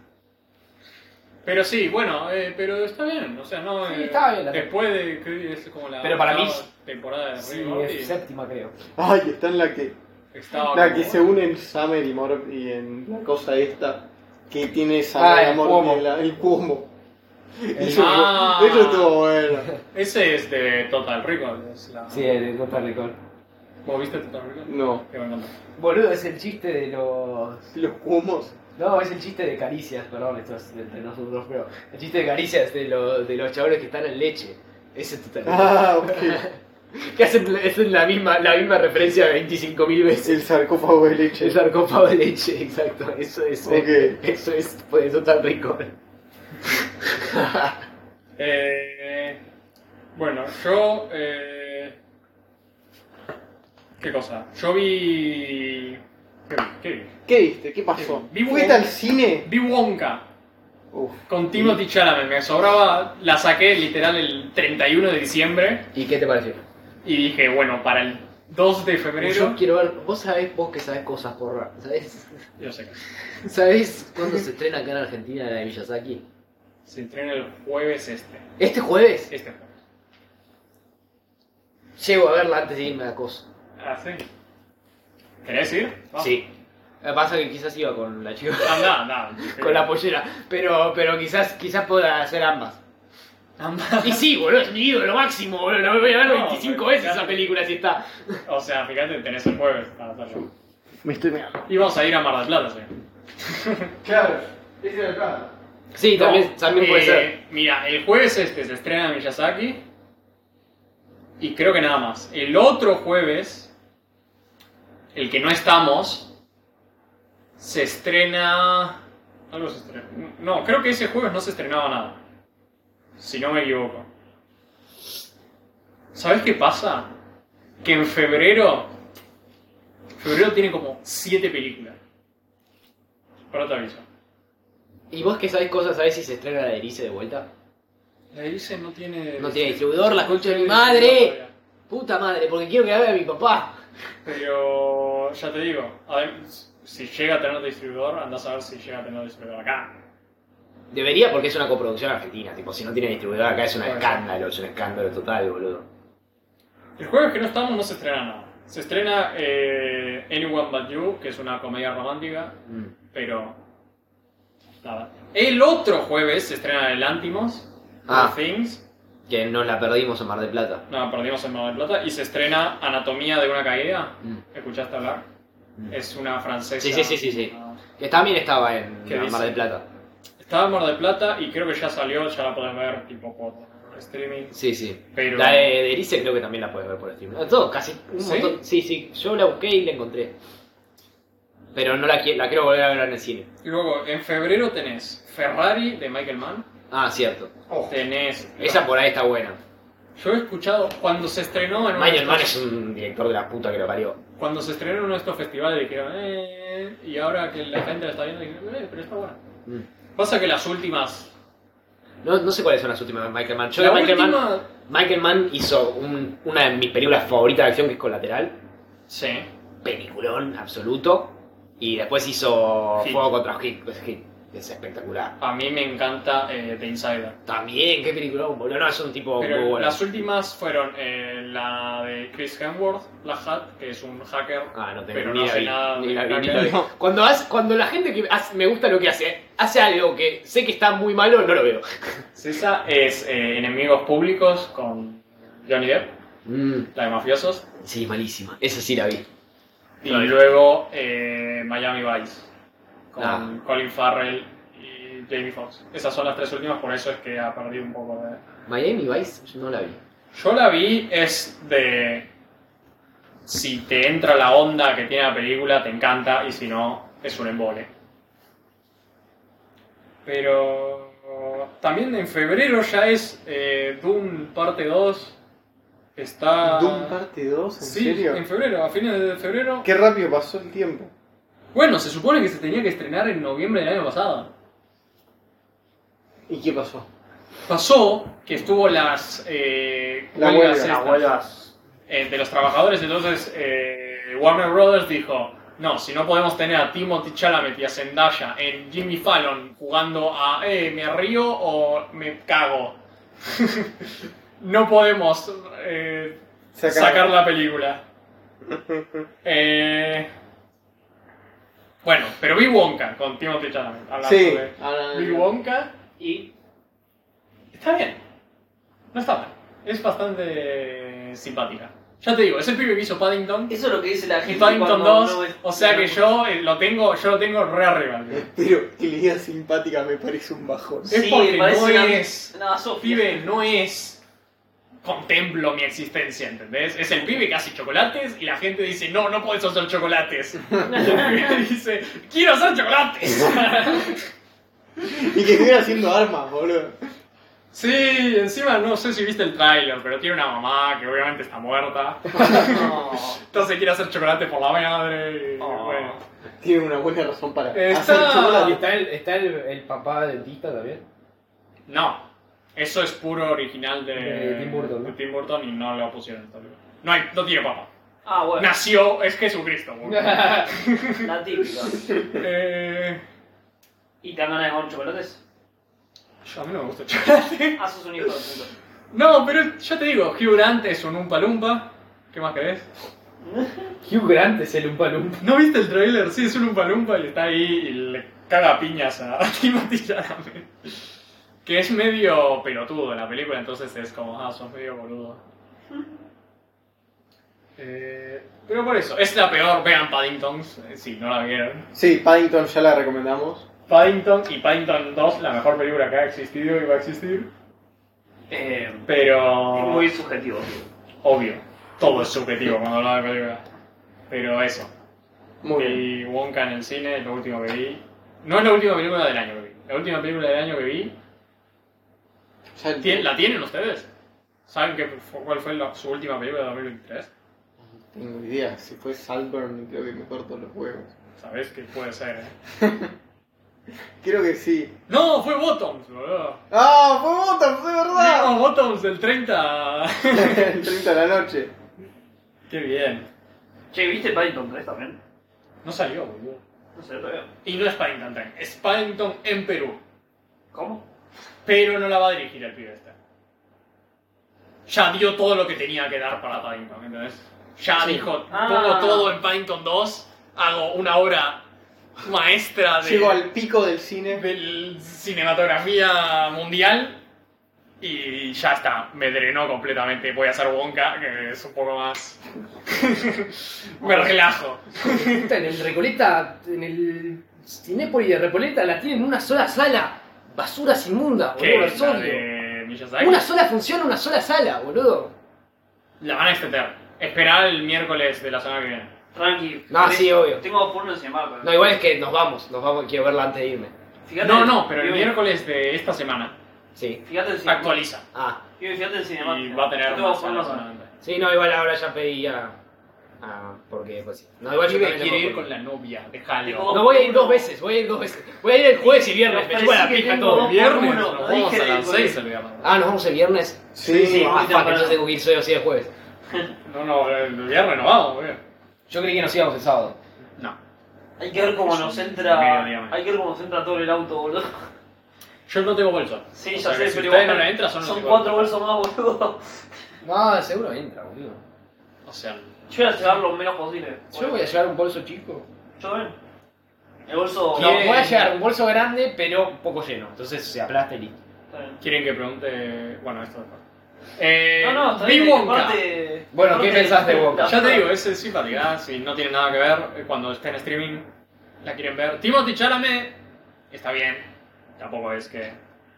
[SPEAKER 2] Pero sí, bueno, eh, pero está bien. O sea, no.
[SPEAKER 4] Sí,
[SPEAKER 2] eh,
[SPEAKER 4] está bien la-
[SPEAKER 2] Después de. que Es como la.
[SPEAKER 4] Pero para mí-
[SPEAKER 2] octava Temporada de
[SPEAKER 4] Sí,
[SPEAKER 2] Rick Morty,
[SPEAKER 4] es séptima creo.
[SPEAKER 1] Ay, está en la que.
[SPEAKER 2] Estaba.
[SPEAKER 1] La
[SPEAKER 2] como-
[SPEAKER 1] que se une en Summer y Morty y en la cosa esta que tiene
[SPEAKER 4] Ah,
[SPEAKER 1] Summer
[SPEAKER 4] el
[SPEAKER 1] y Morty,
[SPEAKER 4] cuomo.
[SPEAKER 1] la- el cuomo. Eso,
[SPEAKER 2] Ah.
[SPEAKER 1] eso estuvo bueno.
[SPEAKER 2] Ese es de Total Recall. Es la...
[SPEAKER 4] Sí, el de Total Recall.
[SPEAKER 2] ¿Vos viste Total Recall?
[SPEAKER 1] No,
[SPEAKER 2] Que me encanta.
[SPEAKER 4] Boludo, es el chiste de los...
[SPEAKER 1] los cuomos.
[SPEAKER 4] No, es el chiste de caricias, perdón, esto es entre nosotros, pero... El chiste de caricias de, los de los chabones que están en leche. Ese Total Recall.
[SPEAKER 1] Ah, ok.
[SPEAKER 4] que hacen, hacen la, misma, la misma referencia 25.000 veces.
[SPEAKER 1] El sarcófago de leche.
[SPEAKER 4] El sarcófago de leche, exacto. Eso es...
[SPEAKER 5] eh,
[SPEAKER 1] Ok.
[SPEAKER 4] Eso es pues, Total Recall.
[SPEAKER 2] Eh, bueno, yo. eh, ¿Qué cosa? Yo vi. ¿Qué, qué?
[SPEAKER 1] ¿Qué viste? ¿Qué pasó?
[SPEAKER 2] Vi un-
[SPEAKER 1] ¿Fuiste al cine?
[SPEAKER 2] Vi Wonka
[SPEAKER 1] Uf.
[SPEAKER 2] con Timothy Chalamet. Me sobraba, la saqué literal el 31 de diciembre
[SPEAKER 5] ¿Y qué te pareció?
[SPEAKER 2] y dije, bueno, para el 2 de febrero.
[SPEAKER 5] Yo quiero ver, vos sabés, vos que sabés cosas por ¿sabés?
[SPEAKER 2] Yo sé.
[SPEAKER 5] ¿Sabés cuándo se estrena acá en Argentina la de Miyazaki?
[SPEAKER 2] Se entrena el jueves este.
[SPEAKER 5] Este jueves
[SPEAKER 2] Este jueves.
[SPEAKER 5] llego a verla antes de irme a Coso.
[SPEAKER 2] Ah, sí. ¿Querés ir? Vamos.
[SPEAKER 5] Lo que Eh, Pasa que quizás iba con la chica,
[SPEAKER 2] Anda, anda.
[SPEAKER 5] con la pollera, pero, pero quizás, quizás pueda hacer ambas.
[SPEAKER 2] Anda.
[SPEAKER 5] Y sí, boludo, es mi ídolo máximo, boludo, la voy a ver
[SPEAKER 2] No,
[SPEAKER 5] 25
[SPEAKER 2] pero-
[SPEAKER 5] veces esa película si está.
[SPEAKER 2] O sea, fíjate, tenés el jueves para hacerlo.
[SPEAKER 1] Me estoy mirando.
[SPEAKER 2] Y vamos a ir a Mar del Plata, sí.
[SPEAKER 1] Claro, ese era el plan.
[SPEAKER 5] Sí, también,
[SPEAKER 2] No,
[SPEAKER 5] también puede
[SPEAKER 2] eh,
[SPEAKER 5] ser.
[SPEAKER 2] Mira, el jueves este se estrena Miyazaki. Y creo que nada más. El otro jueves, el que no estamos, se estrena. Algo se estrena. No, creo que ese jueves no se estrenaba nada. Si no me equivoco. ¿Sabes qué pasa? Que en febrero. Febrero tiene como 7 películas. Ahora te aviso.
[SPEAKER 5] ¿Y vos que sabés cosas, sabés si se estrena la de Erice de vuelta?
[SPEAKER 2] La Erice no tiene.
[SPEAKER 5] No tiene distribuidor, la concha de mi madre. Puta madre, porque quiero que la vea mi papá.
[SPEAKER 2] Pero ya te digo, a ver, si llega a tener distribuidor, andás a ver si llega a tener distribuidor acá.
[SPEAKER 5] Debería porque es una coproducción argentina, tipo, si no tiene distribuidor acá es un
[SPEAKER 2] Bueno.
[SPEAKER 5] escándalo, es un escándalo total, boludo.
[SPEAKER 2] El jueves que no estamos no se estrena nada. Se estrena eh, Anyone But You, que es una comedia romántica,
[SPEAKER 5] Mm.
[SPEAKER 2] pero. Nada. El otro jueves se estrena El Antimos,
[SPEAKER 5] Ah.
[SPEAKER 2] The Things.
[SPEAKER 5] Que nos la perdimos en Mar del Plata.
[SPEAKER 2] No, perdimos en Mar del Plata. Y se estrena Anatomía de una Caída.
[SPEAKER 5] Mm.
[SPEAKER 2] ¿Escuchaste hablar?
[SPEAKER 5] Mm.
[SPEAKER 2] Es una francesa.
[SPEAKER 5] Sí, sí, sí, sí, sí.
[SPEAKER 2] Ah.
[SPEAKER 5] Que también estaba en
[SPEAKER 2] ¿Qué dice?
[SPEAKER 5] Mar del Plata.
[SPEAKER 2] Estaba en Mar del Plata y creo que ya salió, ya la podés ver tipo por streaming.
[SPEAKER 5] Sí, sí.
[SPEAKER 2] Pero-
[SPEAKER 5] La E. de, de Erice creo que también la puedes ver por streaming. Todo, casi un
[SPEAKER 2] ¿Sí?
[SPEAKER 5] montón. Sí, sí. Yo la busqué y la encontré. Pero no la, qui- la quiero volver a ver en el cine.
[SPEAKER 2] Y luego, en febrero tenés Ferrari de Michael Mann.
[SPEAKER 5] Ah, cierto.
[SPEAKER 2] Tenés.
[SPEAKER 5] Esa por ahí está buena.
[SPEAKER 2] Yo he escuchado cuando se estrenó en uno de
[SPEAKER 5] Michael Mann
[SPEAKER 2] estos-
[SPEAKER 5] es un director de la puta que lo parió.
[SPEAKER 2] Cuando se estrenó en uno de estos festivales dijeron, eh. Y ahora que la gente la está viendo, dijeron, eh, pero está buena.
[SPEAKER 5] Mm.
[SPEAKER 2] Pasa que las últimas.
[SPEAKER 5] No, no sé cuáles son las últimas de Michael Mann. Yo
[SPEAKER 2] la
[SPEAKER 5] de Michael Mann-
[SPEAKER 2] última.
[SPEAKER 5] Michael Mann hizo un- una de mis películas favoritas de acción que es Colateral,
[SPEAKER 2] Sí.
[SPEAKER 5] peliculón absoluto, y después hizo
[SPEAKER 2] Hit.
[SPEAKER 5] Fuego contra Hit, es Hit, es espectacular.
[SPEAKER 2] A mí me encanta eh, The Insider.
[SPEAKER 5] También, qué peliculón, boludo, no, es un tipo
[SPEAKER 2] Pero
[SPEAKER 5] Oh, muy bueno.
[SPEAKER 2] las últimas fueron eh, la de Chris Hemsworth, la Hat, que es un hacker.
[SPEAKER 5] Ah, no tengo
[SPEAKER 2] pero
[SPEAKER 5] ni
[SPEAKER 2] no
[SPEAKER 5] la
[SPEAKER 2] sé
[SPEAKER 5] vi,
[SPEAKER 2] nada
[SPEAKER 5] ni
[SPEAKER 2] de
[SPEAKER 5] la vi, ni
[SPEAKER 2] hacker.
[SPEAKER 5] la vi. Cuando, hace- cuando la gente que hace- me gusta lo que hace, hace algo que sé que está muy malo, no lo veo.
[SPEAKER 2] César es eh, Enemigos Públicos con Johnny Depp, la de mafiosos.
[SPEAKER 5] Mm, sí, malísima, esa sí la vi.
[SPEAKER 2] Y
[SPEAKER 5] Claro.
[SPEAKER 2] luego eh, Miami Vice con
[SPEAKER 5] Ah.
[SPEAKER 2] Colin Farrell y Jamie Foxx. Esas son las tres últimas, por eso es que ha perdido un poco de...
[SPEAKER 5] Miami Vice, yo no la vi.
[SPEAKER 2] Yo la vi, es de... Si te entra la onda que tiene la película, te encanta, y si no, es un embole. Pero... También en febrero ya es eh, Doom parte 2. Está...
[SPEAKER 1] ¿Doom Ah. parte 2? ¿En
[SPEAKER 2] Sí,
[SPEAKER 1] serio?
[SPEAKER 2] en febrero, a fines de febrero.
[SPEAKER 1] Qué rápido pasó el tiempo.
[SPEAKER 2] Bueno, se supone que se tenía que estrenar en noviembre del año pasado.
[SPEAKER 1] ¿Y qué pasó?
[SPEAKER 2] Pasó que estuvo las eh,
[SPEAKER 1] La
[SPEAKER 2] huelgas
[SPEAKER 1] huelga,
[SPEAKER 2] estas, eh, de los trabajadores, entonces eh, Warner Brothers dijo, no, si no podemos tener a Timothy Chalamet y a Zendaya en Jimmy Fallon jugando a, eh, me río o me cago, no podemos eh,
[SPEAKER 1] Sacar-
[SPEAKER 2] sacar la película. Eh, bueno, pero vi Wonka con Timothy Chalamet. hablando
[SPEAKER 1] Sí.
[SPEAKER 2] de-
[SPEAKER 1] ahora-
[SPEAKER 2] Vi Wonka
[SPEAKER 3] Y
[SPEAKER 2] Está bien. No está mal. Es bastante simpática. Ya te digo, es el pibe que hizo Paddington.
[SPEAKER 3] eso es lo que dice la
[SPEAKER 2] Y
[SPEAKER 3] gente.
[SPEAKER 2] Paddington
[SPEAKER 3] cuando
[SPEAKER 2] 2,
[SPEAKER 3] no es-
[SPEAKER 2] o sea que yo eh, lo tengo, yo lo tengo re arriba. tío.
[SPEAKER 1] Pero que le diga simpática me parece un bajón.
[SPEAKER 2] Es porque
[SPEAKER 3] me parece
[SPEAKER 2] no
[SPEAKER 3] una-
[SPEAKER 2] es-
[SPEAKER 3] una
[SPEAKER 2] El
[SPEAKER 3] Sofía.
[SPEAKER 2] pibe no es contemplo mi existencia, ¿entendés? Es el pibe que hace chocolates y la gente dice, no, no puedes hacer chocolates. Y el pibe dice, quiero hacer chocolates.
[SPEAKER 1] Y que estuviera haciendo armas, boludo.
[SPEAKER 2] Sí, encima no sé si viste el tráiler, pero tiene una mamá que obviamente está muerta. Entonces quiere hacer chocolate por la madre y
[SPEAKER 3] Oh.
[SPEAKER 2] bueno.
[SPEAKER 1] Tiene una buena razón para
[SPEAKER 2] Está-
[SPEAKER 1] hacer
[SPEAKER 4] Ah, Y
[SPEAKER 1] chocolate.
[SPEAKER 4] está el, está el, el papá dentista también.
[SPEAKER 2] No, eso es puro original de,
[SPEAKER 4] De Tim Burton, ¿no?
[SPEAKER 2] de Tim Burton y no lo pusieron en esta película. No, hay, no tiene papá.
[SPEAKER 3] Ah, bueno,
[SPEAKER 2] Nació, es Jesucristo. boludo.
[SPEAKER 3] la típica.
[SPEAKER 2] eh,
[SPEAKER 3] ¿Y te dan ganas de comer chocolates?
[SPEAKER 2] yo- a mí no me gusta el chocolate.
[SPEAKER 3] Ah, sos un hijo de puta.
[SPEAKER 2] No, pero ya te digo, Hugh Grant es un Umpa Lumpa. ¿Qué más querés?
[SPEAKER 4] Hugh Grant es el Umpa Lumpa.
[SPEAKER 2] ¿No viste el tráiler? Sí, es un Umpa Lumpa y está ahí y le caga a piñas a Timothy Chalamet. Que es medio pelotudo en la película, entonces es como, ah, sos medio boludo. Eh, pero por eso, es la peor, vean Paddingtons, eh, si no la vieron.
[SPEAKER 1] Sí, Paddington ya la recomendamos.
[SPEAKER 2] Paddington y Paddington 2, la mejor película que ha existido y va a existir.
[SPEAKER 3] Eh,
[SPEAKER 2] Pero...
[SPEAKER 3] es muy subjetivo.
[SPEAKER 2] Obvio, todo es subjetivo cuando hablaba de película. Pero eso,
[SPEAKER 1] Muy bien.
[SPEAKER 2] y Wonka en el cine es lo último que vi. No es la última película del año que vi. La última película del año que vi.
[SPEAKER 1] Ya-
[SPEAKER 2] ¿tien- ¿La tienen ustedes? ¿Saben qué fu- cuál fue la- su última película de 2023?
[SPEAKER 1] Tengo idea, si fue Salburn creo que me corto los huevos.
[SPEAKER 2] Sabés que puede ser, ¿eh?
[SPEAKER 1] Creo que sí.
[SPEAKER 2] ¡No! ¡Fue Bottoms, boludo!
[SPEAKER 1] ¡Ah! ¡Fue Bottoms, de verdad!
[SPEAKER 2] ¡Vimos Bottoms el 30!
[SPEAKER 1] El 30 de la noche.
[SPEAKER 2] ¡Qué bien!
[SPEAKER 3] Che, ¿viste Paddington 3 también?
[SPEAKER 2] No salió, boludo.
[SPEAKER 3] No sé, todavía.
[SPEAKER 2] Y no es Paddington 3, es Paddington en Perú.
[SPEAKER 3] ¿Cómo?
[SPEAKER 2] Pero no la va a dirigir el pibe este. Ya dio todo lo que tenía que dar para Paddington, ¿entendés? Ya
[SPEAKER 1] Sí.
[SPEAKER 2] dijo,
[SPEAKER 3] Ah.
[SPEAKER 2] pongo todo en Paddington 2, hago una obra maestra de,
[SPEAKER 1] Llego al pico del cine.
[SPEAKER 2] de cinematografía mundial y ya está, me drenó completamente. Voy a hacer Wonka, que es un poco más... me relajo.
[SPEAKER 4] Puta, En el Recoleta, en el Cinépolis de Recoleta, la tienen en una sola sala. Basuras inmundas,
[SPEAKER 2] ¿Qué?
[SPEAKER 4] boludo, los
[SPEAKER 2] ¿La
[SPEAKER 4] odio.
[SPEAKER 2] de Miyazaki?
[SPEAKER 4] Una sola función, una sola sala, boludo.
[SPEAKER 2] La van a extender. Esperar el miércoles de la semana que viene.
[SPEAKER 3] Tranqui.
[SPEAKER 4] No,
[SPEAKER 3] tenés-
[SPEAKER 4] sí, obvio.
[SPEAKER 3] Tengo porno encima, pero...
[SPEAKER 4] No, igual es que nos vamos, nos vamos, quiero verla antes de irme.
[SPEAKER 3] Fíjate-
[SPEAKER 2] No, no, pero el
[SPEAKER 3] Pibe,
[SPEAKER 2] miércoles de esta semana
[SPEAKER 4] Sí.
[SPEAKER 3] Fíjate el cinema.
[SPEAKER 2] actualiza.
[SPEAKER 4] Ah,
[SPEAKER 3] Pibe, Fíjate el cinema.
[SPEAKER 2] Y va a tener
[SPEAKER 3] Tengo
[SPEAKER 2] más
[SPEAKER 3] porno
[SPEAKER 2] salas
[SPEAKER 3] encima.
[SPEAKER 2] adelante.
[SPEAKER 4] sí, no, igual ahora ya pedí a. a- porque, pues. No, igual yo
[SPEAKER 2] Pibe,
[SPEAKER 4] también
[SPEAKER 2] quiere
[SPEAKER 4] tengo-
[SPEAKER 2] ir con la novia,
[SPEAKER 3] Digo,
[SPEAKER 2] déjalo.
[SPEAKER 4] No, voy a ir dos veces, voy a ir dos veces. Voy a ir el jueves y viernes,
[SPEAKER 3] Me
[SPEAKER 4] me chupa la
[SPEAKER 3] parece que
[SPEAKER 4] pija
[SPEAKER 3] tengo
[SPEAKER 4] todo.
[SPEAKER 3] dos.
[SPEAKER 2] Viernes,
[SPEAKER 3] Uno,
[SPEAKER 2] nos
[SPEAKER 3] no
[SPEAKER 2] vamos
[SPEAKER 3] dije
[SPEAKER 2] a las
[SPEAKER 3] el
[SPEAKER 2] 6 el viernes.
[SPEAKER 4] Ah, nos vamos el viernes.
[SPEAKER 1] Sí,
[SPEAKER 3] sí. muy
[SPEAKER 4] Ah, fuck,
[SPEAKER 3] temprano.
[SPEAKER 4] entonces tengo que ir soy o sí el jueves.
[SPEAKER 2] No, no, el viernes no vamos, güey.
[SPEAKER 4] Yo creí que nos íbamos el sábado.
[SPEAKER 2] No.
[SPEAKER 3] Hay que ver cómo nos
[SPEAKER 2] Mira,
[SPEAKER 3] entra...
[SPEAKER 2] dígame.
[SPEAKER 3] Hay que ver cómo nos entra todo el auto, boludo.
[SPEAKER 2] Yo no tengo bolso.
[SPEAKER 3] Sí,
[SPEAKER 2] O
[SPEAKER 3] ya
[SPEAKER 2] sea
[SPEAKER 3] sé,
[SPEAKER 2] que si
[SPEAKER 3] pero
[SPEAKER 2] ustedes
[SPEAKER 3] vos-
[SPEAKER 2] no le entran, son los que
[SPEAKER 3] cuatro
[SPEAKER 2] cobran.
[SPEAKER 3] bolsos más, boludo.
[SPEAKER 4] No, seguro entra, boludo.
[SPEAKER 2] O sea,
[SPEAKER 3] Yo voy a llevar lo menos posible.
[SPEAKER 4] Yo voy a llevar un bolso chico.
[SPEAKER 3] Yo ven. El bolso...
[SPEAKER 4] No,
[SPEAKER 2] Bien.
[SPEAKER 4] voy a llevar un bolso grande, pero poco lleno. Entonces se aplasta y listo.
[SPEAKER 3] Está bien.
[SPEAKER 2] quieren que pregunte. Bueno, esto después. Eh,
[SPEAKER 3] No, no, está
[SPEAKER 2] vi
[SPEAKER 3] bien.
[SPEAKER 2] Wonka.
[SPEAKER 3] aparte-
[SPEAKER 4] Bueno,
[SPEAKER 3] aparte-
[SPEAKER 4] ¿qué pensás de Wonka?
[SPEAKER 2] Ya te digo, es eh, simpática, si no tiene nada que ver, eh, cuando esté en streaming la quieren ver. Timothy Chalamet está bien, tampoco es que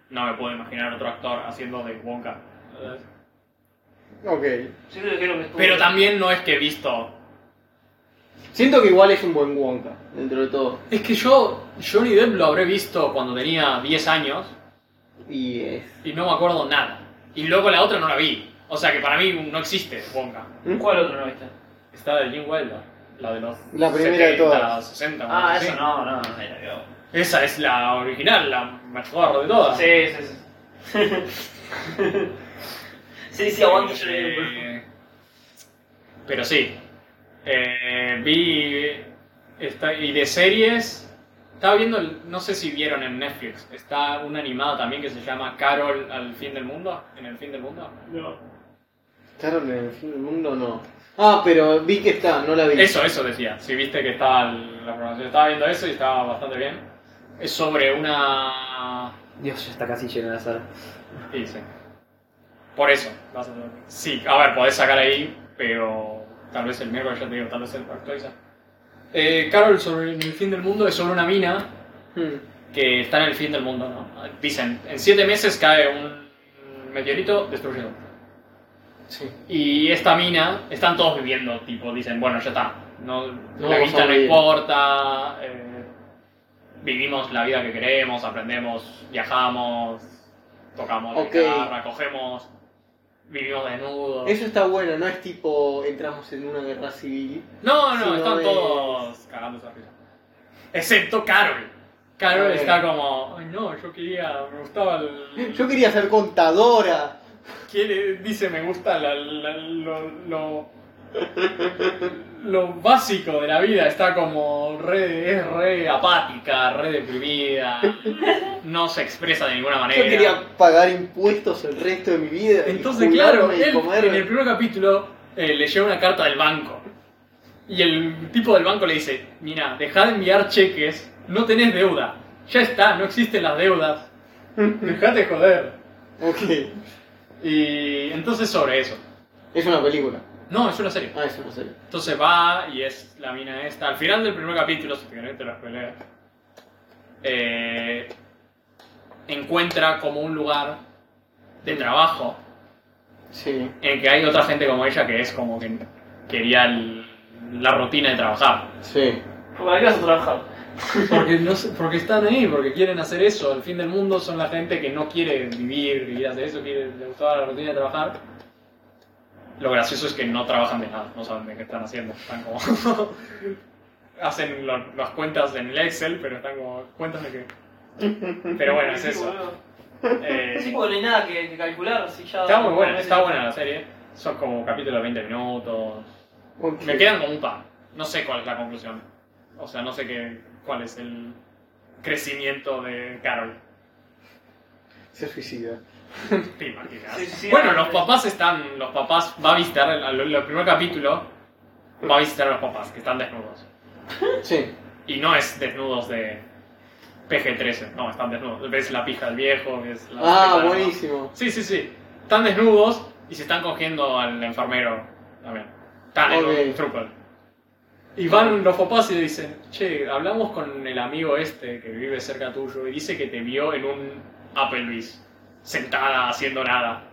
[SPEAKER 2] no me puedo imaginar otro actor haciendo de Wonka.
[SPEAKER 1] Ok.
[SPEAKER 3] Sí, creo que es lo que estuvo.
[SPEAKER 2] Pero también no es que he visto...
[SPEAKER 1] Siento que igual es un buen Wonka, dentro de todo.
[SPEAKER 2] Es que yo Johnny Depp lo habré visto cuando tenía 10 años
[SPEAKER 1] Y es.
[SPEAKER 2] y no me acuerdo nada. Y luego la otra no la vi. O sea que para mí no existe Wonka.
[SPEAKER 3] ¿Cuál otro no viste?
[SPEAKER 2] Está de Jim Wilder, la de los
[SPEAKER 1] La primera de todas.
[SPEAKER 2] 60,
[SPEAKER 3] Ah,
[SPEAKER 2] sí.
[SPEAKER 3] eso no, no, no, era yo.
[SPEAKER 2] Esa es la original, la mejor de todas.
[SPEAKER 3] Sí, sí, sí. sí, sí, aguante yo le digo, pero-
[SPEAKER 2] Eh, Pero sí. Eh, vi. Está, y de series. Estaba viendo, el- no sé si vieron en Netflix, está una animada también que se llama Carol al fin del mundo. En el fin del mundo.
[SPEAKER 1] Carol en el fin del mundo no. Ah, pero vi que está, no la vi.
[SPEAKER 2] Eso, eso decía. Si viste que estaba el- la programación. Estaba viendo eso y estaba bastante bien. Es sobre una.
[SPEAKER 4] Dios, ya está casi llena la sala.
[SPEAKER 2] Sí, sí. Por eso. vas a tener- Sí, a ver, podés sacar ahí, pero tal vez el miércoles, ya te digo, tal vez el actualiza. Eh, Carol sobre el fin del mundo es sobre una mina
[SPEAKER 1] Hmm.
[SPEAKER 2] que está en el fin del mundo, ¿no? Dicen, en siete meses cae un meteorito destruyendo.
[SPEAKER 1] Sí.
[SPEAKER 2] Y esta mina, están todos viviendo, tipo, dicen, bueno, ya está. No, la
[SPEAKER 1] vamos a
[SPEAKER 2] vida no
[SPEAKER 1] morir.
[SPEAKER 2] importa, eh, vivimos la vida que queremos, aprendemos, viajamos, tocamos
[SPEAKER 1] Ok.
[SPEAKER 2] la guitarra, cogemos, vivimos desnudos.
[SPEAKER 1] Eso está bueno, no es tipo entramos en una guerra civil.
[SPEAKER 2] No, no,
[SPEAKER 1] Sí, no
[SPEAKER 2] están
[SPEAKER 1] es-
[SPEAKER 2] todos cagándose de risa. Excepto Carol. Carol
[SPEAKER 1] Eh.
[SPEAKER 2] está como, ay no, yo quería, me gustaba el...
[SPEAKER 1] Yo quería ser contadora.
[SPEAKER 2] quiere, dice me gusta la- la- lo, lo, lo básico de la vida, está como re, es re apática, re deprimida, no se expresa de ninguna manera.
[SPEAKER 1] Yo quería pagar impuestos el resto de mi vida. y
[SPEAKER 2] Entonces,
[SPEAKER 1] jubilarme
[SPEAKER 2] claro,
[SPEAKER 1] y
[SPEAKER 2] él,
[SPEAKER 1] comer.
[SPEAKER 2] en el primer capítulo eh, le llega una carta del banco. Y el tipo del banco le dice, mira, dejá de enviar cheques, no tenés deuda. Ya está, no existen las deudas. Dejate joder.
[SPEAKER 1] Ok.
[SPEAKER 2] Y entonces sobre eso.
[SPEAKER 1] Es una película.
[SPEAKER 2] No, es una serie.
[SPEAKER 1] Ah, eso no sé.
[SPEAKER 2] Entonces va y es la mina esta. Al final del primer capítulo, si te querés te lo spoileo, eh, encuentra como un lugar de trabajo
[SPEAKER 1] Sí.
[SPEAKER 2] en que hay otra gente como ella que es como que quería el- la rutina de trabajar.
[SPEAKER 1] Sí.
[SPEAKER 3] ¿Para qué vas a trabajar?
[SPEAKER 2] Porque, no sé- porque están ahí, porque quieren hacer eso. El fin del mundo son la gente que no quiere vivir, vivir hacer eso, quiere, le gustaba la rutina de trabajar. Lo gracioso es que no trabajan de nada, no saben de qué están haciendo. Están como. hacen lo- las cuentas en el Excel, pero están como. ¿Cuentas de qué? Pero bueno, es
[SPEAKER 3] Sí,
[SPEAKER 2] eso.
[SPEAKER 3] boludo.
[SPEAKER 2] Eh,
[SPEAKER 3] Sí, porque no hay nada que, que calcular. Si ya
[SPEAKER 2] está muy buena, está buena la serie. Son como capítulos de 20 minutos.
[SPEAKER 1] Ok.
[SPEAKER 2] Me quedan como un par. No sé cuál es la conclusión. O sea, no sé qué, cuál es el crecimiento de Carol.
[SPEAKER 1] Se suicida.
[SPEAKER 2] Te imaginas.
[SPEAKER 3] Sí, sí,
[SPEAKER 2] bueno,
[SPEAKER 3] sí.
[SPEAKER 2] los papás están. Los papás va a visitar. El, el- el primer capítulo va a visitar a los papás que están desnudos.
[SPEAKER 1] Sí.
[SPEAKER 2] Y no es desnudos de PG-13. No, están desnudos. Ves la pija del viejo. Ves la
[SPEAKER 1] Ah,
[SPEAKER 2] la-
[SPEAKER 1] buenísimo.
[SPEAKER 2] Sí, sí, sí. Están desnudos y se están cogiendo al enfermero también. Están en un
[SPEAKER 1] Ok.
[SPEAKER 2] trooper. Y van los papás y le dicen, che, hablamos con el amigo este que vive cerca tuyo y dice que te vio en un Applebee's, sentada, haciendo nada.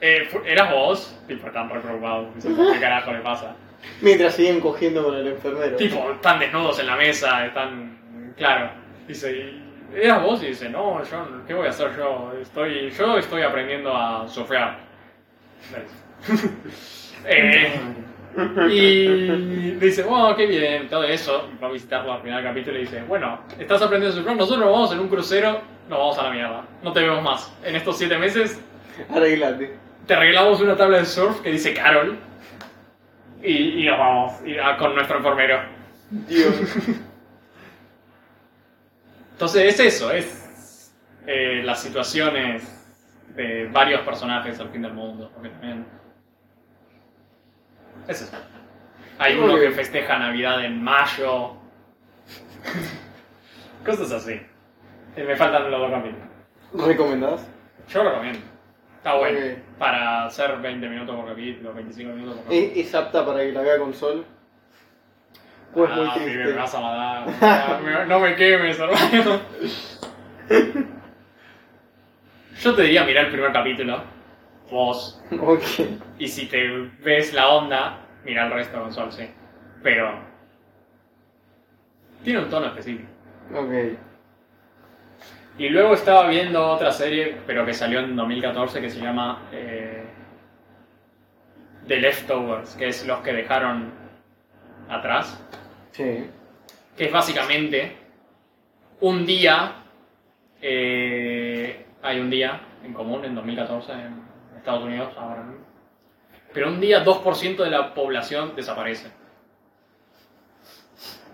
[SPEAKER 2] Eh, fu- ¿Eras vos? Tipo, están re preocupados. Dicen, ¿qué carajo le pasa?
[SPEAKER 1] Mientras siguen cogiendo con el enfermero.
[SPEAKER 2] Tipo, están desnudos en la mesa, están. Claro. Dice, "¿Y ¿eras vos? Y dice, no, yo, ¿qué voy a hacer yo? Estoy, yo estoy aprendiendo a sofrear. Eh, y dice, wow, qué bien, todo eso. Va a visitarlo al final del capítulo y dice, bueno, estás aprendiendo a sofrear, nosotros nos vamos en un crucero, nos vamos a la mierda. No te vemos más. En estos siete meses
[SPEAKER 1] Arreglate.
[SPEAKER 2] te arreglamos una tabla de surf que dice Carol. Y, y nos vamos y- a- con nuestro enfermero.
[SPEAKER 1] Dios.
[SPEAKER 2] Entonces es eso, es eh, las situaciones de varios personajes al fin del mundo, porque también... Es eso. Hay uno que festeja Navidad en mayo. Cosas así. Eh, me faltan los dos capítulos.
[SPEAKER 1] ¿Recomendás?
[SPEAKER 2] Yo lo recomiendo. Está bueno.
[SPEAKER 1] Ok.
[SPEAKER 2] Para hacer 20 minutos por capítulo, 25 minutos por capítulo.
[SPEAKER 1] ¿Es, es apta para que la vea con sol? ¿O es muy
[SPEAKER 2] Ah, pibe,
[SPEAKER 1] triste?
[SPEAKER 2] me vas a matar. Me- no me quemes, hermano. Yo te diría mirar el primer capítulo. Vos.
[SPEAKER 1] Ok.
[SPEAKER 2] Y si te ves la onda, mira el resto con Sol, sí. Pero. Tiene un tono específico.
[SPEAKER 1] Ok.
[SPEAKER 2] Y luego estaba viendo otra serie, pero que salió en 2014, que se llama eh, The Leftovers, que es los que dejaron atrás.
[SPEAKER 1] Sí.
[SPEAKER 2] que es básicamente un día, eh, hay un día en común en 2014 en Estados Unidos, ahora ¿no? pero un día 2% de la población desaparece.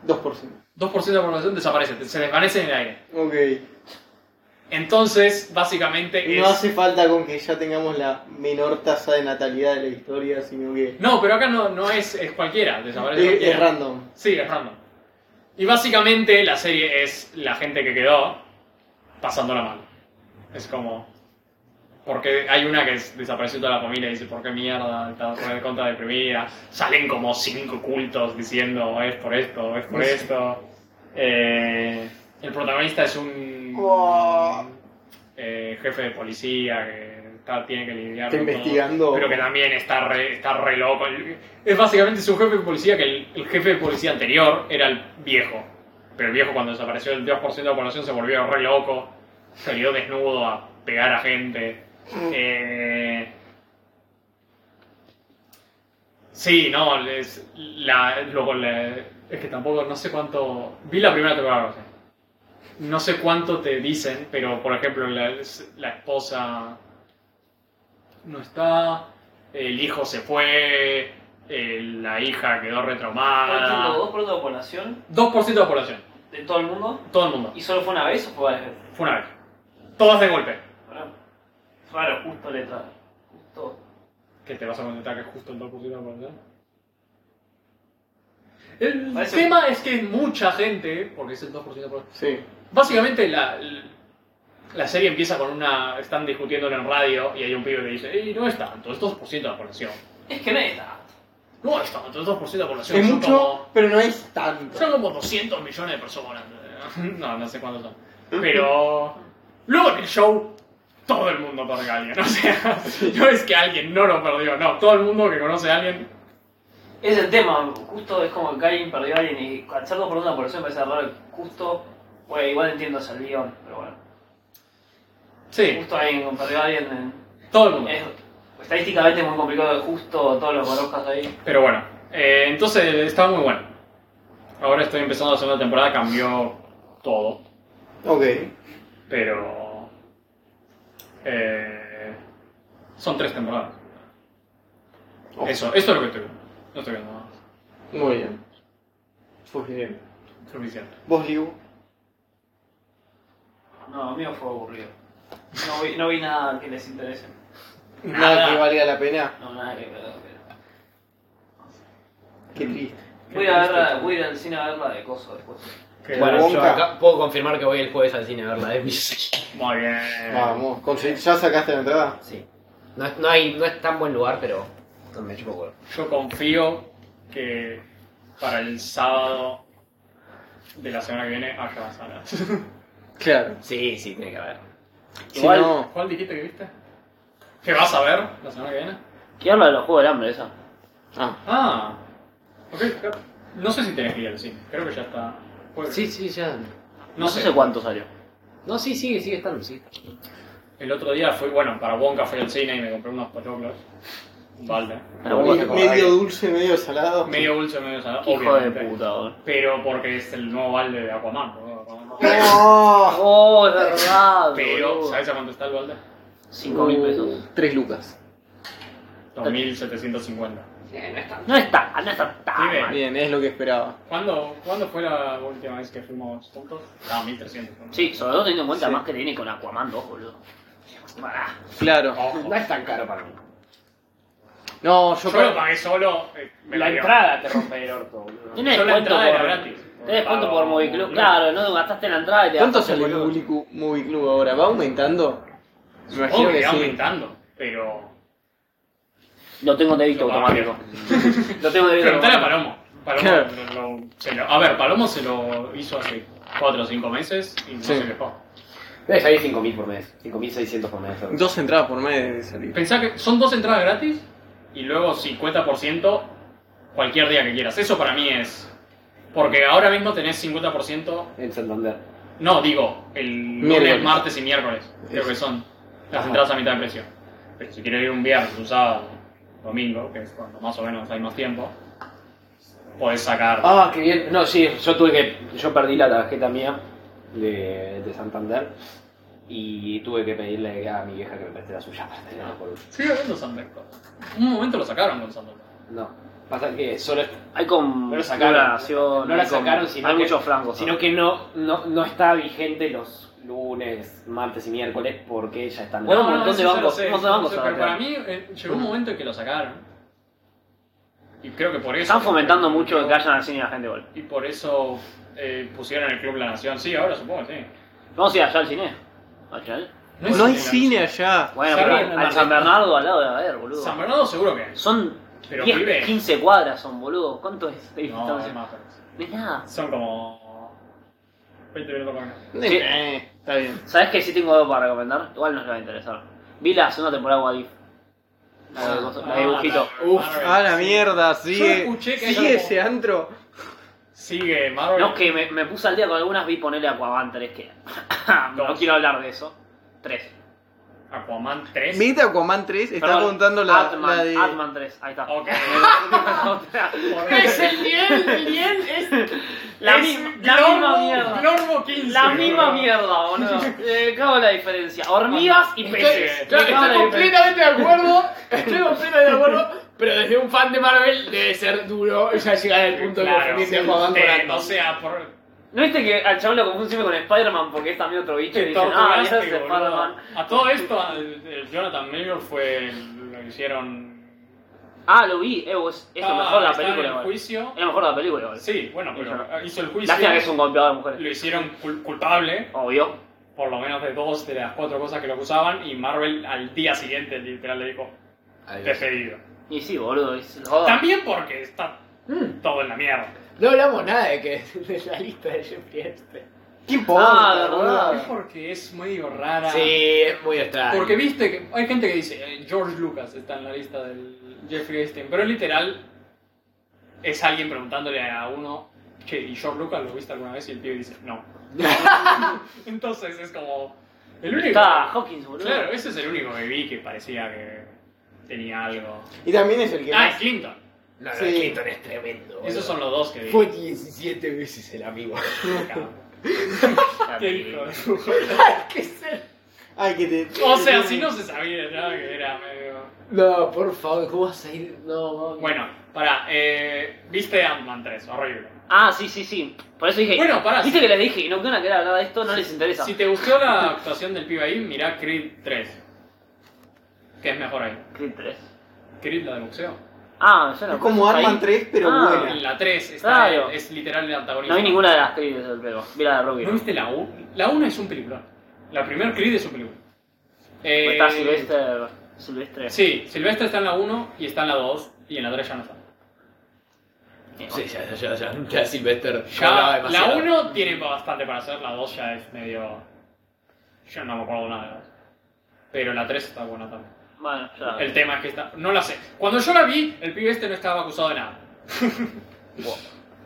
[SPEAKER 1] 2%.
[SPEAKER 2] 2% de la población desaparece, se desvanece en el aire.
[SPEAKER 1] Ok.
[SPEAKER 2] Entonces, básicamente es...
[SPEAKER 1] No hace falta con que ya tengamos la menor tasa de natalidad de la historia, sino que
[SPEAKER 2] No, pero acá no, no es, es cualquiera, desaparece
[SPEAKER 1] es,
[SPEAKER 2] cualquiera.
[SPEAKER 1] es random.
[SPEAKER 2] Sí, es random. Y básicamente la serie es la gente que quedó pasándola mal. Es como. Porque hay una que es- desapareció toda la familia y dice, ¿por qué mierda? Está re contra deprimida. Salen como cinco cultos diciendo, es por esto, es por
[SPEAKER 1] Sí.
[SPEAKER 2] esto. Eh, el protagonista es un
[SPEAKER 1] Oh.
[SPEAKER 2] eh, jefe de policía que está- tiene que lidiar
[SPEAKER 1] Está
[SPEAKER 2] con todo,
[SPEAKER 1] investigando.
[SPEAKER 2] pero que también está re, está re loco. El- Es básicamente su jefe de policía, que el, el jefe de policía anterior era el viejo. Pero el viejo cuando desapareció el 2% de la población se volvió re loco, salió desnudo a pegar a gente.
[SPEAKER 1] Mm.
[SPEAKER 2] Eh, sí, no, es, la, luego la- es que tampoco, no sé cuánto... Vi la primera temporada, o sea, no sé cuánto te dicen, pero por ejemplo la, la esposa no está, el hijo se fue, eh, la hija quedó
[SPEAKER 3] ¿Cuánto?
[SPEAKER 2] retraumada.
[SPEAKER 3] ¿Dos por de población?
[SPEAKER 2] 2% de la población,
[SPEAKER 3] ¿De todo el mundo?
[SPEAKER 2] todo el mundo,
[SPEAKER 3] ¿Y solo fue una vez o fue varias veces?
[SPEAKER 2] fue una vez. Todas de golpe.
[SPEAKER 3] Bueno, Raro, justo letra. Justo.
[SPEAKER 2] que te vas a contestar que es justo el 2% de la población. El
[SPEAKER 3] Parece-
[SPEAKER 2] tema es que mucha gente, porque es el 2% de la población,
[SPEAKER 1] Sí.
[SPEAKER 2] básicamente la, la serie empieza con una, están discutiendo en el radio y hay un pibe que dice, y no es tanto, es 2% de la población.
[SPEAKER 3] Es que no es tanto.
[SPEAKER 2] No es tanto, es 2% de la población.
[SPEAKER 1] Es
[SPEAKER 2] son
[SPEAKER 1] mucho,
[SPEAKER 2] como-
[SPEAKER 1] pero no es tanto.
[SPEAKER 2] son como 200 millones de personas. No, no sé cuántos son. Pero luego en el show todo el mundo perdió a alguien. O sea, no es que alguien no lo perdió, no. Todo el mundo que conoce a alguien
[SPEAKER 3] Es el tema, justo es como que alguien perdió a alguien y al ser dos por una población me parece raro, justo, bueno, igual entiendo es el guión, pero bueno,
[SPEAKER 2] Sí,
[SPEAKER 3] justo alguien perdió a alguien,
[SPEAKER 2] todo el mundo.
[SPEAKER 3] eh, es estadísticamente muy complicado que justo todos los conozcas ahí.
[SPEAKER 2] Pero bueno, eh, entonces estaba muy bueno. Ahora estoy empezando la segunda temporada, cambió todo,
[SPEAKER 1] Ok.
[SPEAKER 2] pero... eh, son tres temporadas.
[SPEAKER 1] Oh.
[SPEAKER 2] Eso, eso es lo que estoy viendo. No estoy viendo nada más.
[SPEAKER 1] Muy bien. Suficiente.
[SPEAKER 2] Suficiente.
[SPEAKER 1] ¿Vos, Liu?
[SPEAKER 3] No, mío fue aburrido. No vi, no vi nada que les interese.
[SPEAKER 1] Nada,
[SPEAKER 2] Nada.
[SPEAKER 1] que valga la pena.
[SPEAKER 3] No, nada que ver.
[SPEAKER 1] Qué triste.
[SPEAKER 3] Voy a, ver la- voy a ir al cine a verla de coso después.
[SPEAKER 2] Que-
[SPEAKER 1] Bueno.
[SPEAKER 5] Bueno, yo
[SPEAKER 1] Wonka.
[SPEAKER 5] acá puedo confirmar que voy el jueves al cine a verla. ¿eh? Sí.
[SPEAKER 2] Muy bien. Ah.
[SPEAKER 1] Vamos, conseguí- ¿ya sacaste la entrada?
[SPEAKER 5] No, es- no hay, no es tan buen lugar, pero no me chupo huevo.
[SPEAKER 2] Yo confío que para el sábado de la semana que viene haya salas.
[SPEAKER 1] Claro.
[SPEAKER 5] Sí, sí, tiene que haber.
[SPEAKER 1] Si
[SPEAKER 3] Igual-
[SPEAKER 1] no,
[SPEAKER 2] ¿Cuál dijiste que viste? ¿Qué vas a ver la semana que viene?
[SPEAKER 3] ¿Qué habla de los juegos del hambre esa?
[SPEAKER 1] ah,
[SPEAKER 2] Ah, ok, claro. No sé si tenés que ir al cine, creo que ya está. Puede-
[SPEAKER 5] Sí, sí, ya.
[SPEAKER 2] no sé.
[SPEAKER 3] cuánto salió.
[SPEAKER 5] No, sí, sigue, sigue estando, sí.
[SPEAKER 2] El otro día fui, bueno, para Wonka fui al cine y me compré unos potoclos. Vale.
[SPEAKER 1] me- medio dulce, medio salado.
[SPEAKER 2] Medio dulce, medio salado,
[SPEAKER 3] Hijo de
[SPEAKER 2] obviamente.
[SPEAKER 3] puta, boludo.
[SPEAKER 2] Pero porque es el nuevo balde de Aquaman. boludo, Aquaman.
[SPEAKER 1] ¡Oh!
[SPEAKER 3] Oh, es verdad,
[SPEAKER 2] Pero,
[SPEAKER 3] boludo.
[SPEAKER 2] ¿sabes a cuánto está el balde?
[SPEAKER 3] 5 mil pesos.
[SPEAKER 1] 3 lucas.
[SPEAKER 2] 2750.
[SPEAKER 3] No está, no está tan
[SPEAKER 2] Dime.
[SPEAKER 3] mal.
[SPEAKER 1] Bien, es lo que esperaba.
[SPEAKER 2] ¿Cuándo, ¿Cuándo fue la última vez que fuimos juntos? Ah, 1300. ¿no?
[SPEAKER 3] Sí, sobre todo teniendo en cuenta
[SPEAKER 1] Sí.
[SPEAKER 3] más que tiene con Aquaman 2, boludo. Pará.
[SPEAKER 1] Claro.
[SPEAKER 4] Oh.
[SPEAKER 2] Ojo.
[SPEAKER 5] No es tan caro para mí.
[SPEAKER 1] No, yo
[SPEAKER 2] Yo
[SPEAKER 1] creo
[SPEAKER 2] lo pagué solo. eh, me
[SPEAKER 4] La
[SPEAKER 2] lo dio.
[SPEAKER 4] entrada te rompe el orto, boludo.
[SPEAKER 3] Tiene
[SPEAKER 2] Yo la
[SPEAKER 3] descuento
[SPEAKER 2] entrada era
[SPEAKER 3] por,
[SPEAKER 2] gratis.
[SPEAKER 3] tenés descuento
[SPEAKER 2] Pago-
[SPEAKER 3] por Moviclub, claro, no gastaste en la entrada y te
[SPEAKER 1] ¿Cuánto
[SPEAKER 3] gastaste,
[SPEAKER 1] sale el
[SPEAKER 3] boludo.
[SPEAKER 1] Movie Club, Movie Club ahora? ¿Va aumentando? Me
[SPEAKER 2] Supongo
[SPEAKER 1] imagino
[SPEAKER 2] que
[SPEAKER 1] que
[SPEAKER 2] irá
[SPEAKER 1] sí.
[SPEAKER 2] aumentando, pero.
[SPEAKER 3] Lo tengo de visto
[SPEAKER 2] Lo
[SPEAKER 3] automático. Lo tengo de visto
[SPEAKER 2] Preguntale a
[SPEAKER 3] automático.
[SPEAKER 2] Palomo. Palomo
[SPEAKER 1] Claro.
[SPEAKER 2] lo- lo- se lo- a ver, Palomo se lo hizo hace 4 o 5 meses y no
[SPEAKER 1] Sí.
[SPEAKER 2] se quejó.
[SPEAKER 4] Debe salir 5.000 por mes, 5.600 por mes.
[SPEAKER 1] Dos entradas por mes debe salir.
[SPEAKER 2] Pensá que son dos entradas gratis y luego 50% cualquier día que quieras. Eso para mí es. Porque ahora mismo tenés 50%.
[SPEAKER 4] En Santander.
[SPEAKER 2] No, digo, el lunes,
[SPEAKER 1] Miércoles.
[SPEAKER 2] martes y miércoles. Creo
[SPEAKER 1] Eso.
[SPEAKER 2] que son las
[SPEAKER 1] Ajá.
[SPEAKER 2] entradas a mitad de precio. Pero si quieres ir un viernes, un sábado, domingo, que es cuando más o menos hay más tiempo, podés sacar.
[SPEAKER 4] Ah, qué bien. No, sí, yo tuve que. Yo perdí la tarjeta mía de, de Santander y tuve que pedirle a mi vieja que me preste la suya para tenerla por último.
[SPEAKER 2] Sigue habiendo Sandeco. Un momento lo sacaron con Sandeco.
[SPEAKER 4] No, pasa que solo.
[SPEAKER 3] Hay con
[SPEAKER 4] No lo sacaron.
[SPEAKER 3] duración,
[SPEAKER 4] No la
[SPEAKER 3] hay con-
[SPEAKER 4] sacaron, sino
[SPEAKER 3] Hay
[SPEAKER 4] que-
[SPEAKER 3] muchos francos.
[SPEAKER 4] Sino que no, no, no está vigente los lunes, martes y miércoles porque ya están.
[SPEAKER 3] Bueno, un montón de
[SPEAKER 2] eso ya
[SPEAKER 3] bancos,
[SPEAKER 2] lo sé,
[SPEAKER 3] un montón de
[SPEAKER 2] eso ya lo
[SPEAKER 3] bancos
[SPEAKER 2] sé,
[SPEAKER 3] se
[SPEAKER 2] Pero para
[SPEAKER 3] van a
[SPEAKER 2] mí eh, llegó un momento en que lo sacaron. Y creo que por eso.
[SPEAKER 3] Están fomentando mucho que vayan al cine la gente, boludo.
[SPEAKER 2] Y por eso eh, pusieron el Club La Nación. Sí, ahora supongo que sí.
[SPEAKER 3] Vamos a ir allá al cine. Allá.
[SPEAKER 1] No hay
[SPEAKER 2] La
[SPEAKER 1] cine
[SPEAKER 2] Nación.
[SPEAKER 1] allá.
[SPEAKER 3] Bueno,
[SPEAKER 2] Salvo
[SPEAKER 3] pero
[SPEAKER 2] en
[SPEAKER 3] al
[SPEAKER 2] la-
[SPEAKER 3] San Bernardo al lado de haber, boludo.
[SPEAKER 2] San Bernardo seguro que es.
[SPEAKER 3] Son
[SPEAKER 2] Pero
[SPEAKER 3] 10,
[SPEAKER 2] vive.
[SPEAKER 3] 15 cuadras son, boludo. ¿Cuánto es de
[SPEAKER 2] No,
[SPEAKER 3] distancia?
[SPEAKER 2] es más. pero-
[SPEAKER 3] No es nada.
[SPEAKER 2] Son como 20 minutos para acá.
[SPEAKER 3] Sí.
[SPEAKER 1] Eh, está bien.
[SPEAKER 3] ¿Sabes que sí tengo algo para recomendar? Igual nos va a interesar. Vi la segunda temporada de What If. La
[SPEAKER 2] Ah,
[SPEAKER 3] de, la de dibujito.
[SPEAKER 2] Marvel,
[SPEAKER 1] Uf,
[SPEAKER 2] Marvel,
[SPEAKER 1] a la
[SPEAKER 2] sí.
[SPEAKER 1] mierda,
[SPEAKER 2] Yo
[SPEAKER 1] sigue.
[SPEAKER 2] escuché que hay
[SPEAKER 1] Sigue
[SPEAKER 2] algo-
[SPEAKER 1] ese antro.
[SPEAKER 2] Sigue Marvel.
[SPEAKER 3] No, es que me, me puse al día con algunas, vi ponerle a Aquaman 3 que... no
[SPEAKER 2] Dos.
[SPEAKER 3] quiero hablar de eso. 3.
[SPEAKER 2] Aquaman 3.
[SPEAKER 1] Viste Aquaman 3, está
[SPEAKER 3] Perdón,
[SPEAKER 1] contando la,
[SPEAKER 3] Atman,
[SPEAKER 1] la de.
[SPEAKER 3] Atman 3, ahí está.
[SPEAKER 2] Ok.
[SPEAKER 3] Otra.
[SPEAKER 5] Es el nivel, el nivel es.
[SPEAKER 3] La,
[SPEAKER 2] Es
[SPEAKER 3] misma- la
[SPEAKER 2] Glormo-
[SPEAKER 3] misma mierda.
[SPEAKER 2] Glormo 15.
[SPEAKER 3] La misma
[SPEAKER 2] boludo.
[SPEAKER 3] mierda, boludo. Eh, ¿Qué hago la diferencia? Hormigas y peces.
[SPEAKER 5] Estoy, claro,
[SPEAKER 3] ¿Qué hago
[SPEAKER 5] estoy
[SPEAKER 3] la diferencia?
[SPEAKER 5] completamente de acuerdo, estoy completamente de acuerdo, pero desde un fan de Marvel debe ser duro ya llegar al punto de
[SPEAKER 2] Claro,
[SPEAKER 5] confundirse a Juan con
[SPEAKER 2] eh,
[SPEAKER 5] Ant-Man.
[SPEAKER 2] O sea, por.
[SPEAKER 3] ¿No viste que al chabón lo confunden siempre con Spider-Man porque es también otro bicho? Y
[SPEAKER 2] Te
[SPEAKER 3] dicen, ah,
[SPEAKER 2] torturaste,
[SPEAKER 3] ese es
[SPEAKER 2] este, boludo.
[SPEAKER 3] Spider-Man.
[SPEAKER 2] A todo esto, al- el Jonathan Major fue. el- Lo que hicieron.
[SPEAKER 3] Ah, lo vi, eh, vos, es lo
[SPEAKER 2] Estaba-
[SPEAKER 3] mejor de la
[SPEAKER 2] estaba
[SPEAKER 3] película,
[SPEAKER 2] En el
[SPEAKER 3] boludo. Es
[SPEAKER 2] Ah, juicio.
[SPEAKER 3] lo mejor de la película, boludo.
[SPEAKER 2] Sí, bueno, pero hizo el juicio.
[SPEAKER 3] Lástima que es un golpeado de mujeres.
[SPEAKER 2] Lo hicieron cul- culpable,
[SPEAKER 3] Obvio.
[SPEAKER 2] por lo menos de dos de las cuatro cosas que lo acusaban, y Marvel al día siguiente literal le dijo: despedido.
[SPEAKER 3] Y sí, boludo, es joda.
[SPEAKER 2] También porque está
[SPEAKER 5] Mm,
[SPEAKER 2] todo en la mierda.
[SPEAKER 5] No hablamos nada de que de la lista de Jeffrey
[SPEAKER 4] este.
[SPEAKER 5] Epstein.
[SPEAKER 1] ¿Qué importa,
[SPEAKER 3] Ah, de
[SPEAKER 1] boludo?
[SPEAKER 3] verdad.
[SPEAKER 2] Es porque es medio rara.
[SPEAKER 5] Ah. Sí, es muy extraño.
[SPEAKER 2] Porque viste que hay gente que dice eh, George Lucas está en la lista del Jeffrey Epstein, pero literal es alguien preguntándole a uno, che, ¿y George Lucas lo viste alguna vez? Y el tío dice, no. Entonces es como. El único.
[SPEAKER 3] Está Hawkins, boludo.
[SPEAKER 2] Claro, ese es el único que vi que parecía que tenía algo.
[SPEAKER 1] Y también es el que
[SPEAKER 2] Ah,
[SPEAKER 1] más.
[SPEAKER 2] es Clinton.
[SPEAKER 4] No, no,
[SPEAKER 1] Sí.
[SPEAKER 4] Clinton es tremendo. boludo.
[SPEAKER 2] Esos son los dos que vi.
[SPEAKER 4] Fue 17 veces el amigo.
[SPEAKER 2] Qué hijo de puta.
[SPEAKER 5] ¿Qué es el-
[SPEAKER 1] Ay, que te.
[SPEAKER 2] O sea, si no se sabía ya que era medio.
[SPEAKER 4] No, por favor, ¿cómo vas a ir? No, no.
[SPEAKER 2] Bueno, pará, eh, viste Ant-Man 3, horrible.
[SPEAKER 3] Ah, sí, sí, sí. Por eso dije.
[SPEAKER 2] Bueno, pará,
[SPEAKER 3] Viste
[SPEAKER 2] si-
[SPEAKER 3] que les dije, no quieren querer hablar de esto, no les interesa.
[SPEAKER 2] Si te gustó la actuación del pibe ahí, mirá Creed 3. Que es mejor ahí.
[SPEAKER 3] Creed 3.
[SPEAKER 2] Creed, la de boxeo.
[SPEAKER 3] Ah, yo no.
[SPEAKER 1] Es como Arman 3, pero
[SPEAKER 3] Ah.
[SPEAKER 1] buena.
[SPEAKER 2] La 3 está,
[SPEAKER 3] Claro.
[SPEAKER 2] es literal el antagonista.
[SPEAKER 3] No vi ninguna de las Creed desde luego. Vi la de Rocky.
[SPEAKER 2] ¿No viste la 1? La 1 es un peliculón. La primer Creed es un peliculón. Eh,
[SPEAKER 3] Está Silvestre. Silvestre.
[SPEAKER 2] Sí, Silvestre está en la 1 y está en la 2 y en la 3 ya no está.
[SPEAKER 3] Eh,
[SPEAKER 4] Sí, ya, ya, ya, ya. Ya Sylvester hablaba
[SPEAKER 2] Ya, la
[SPEAKER 4] demasiado.
[SPEAKER 2] 1 tiene bastante para hacer, la 2 ya es medio... Yo no me acuerdo nada de la 2. Pero la 3 está buena también.
[SPEAKER 3] Bueno, ya.
[SPEAKER 2] El tema es que está. No la sé. Cuando yo la vi, el pibe este no estaba acusado de nada.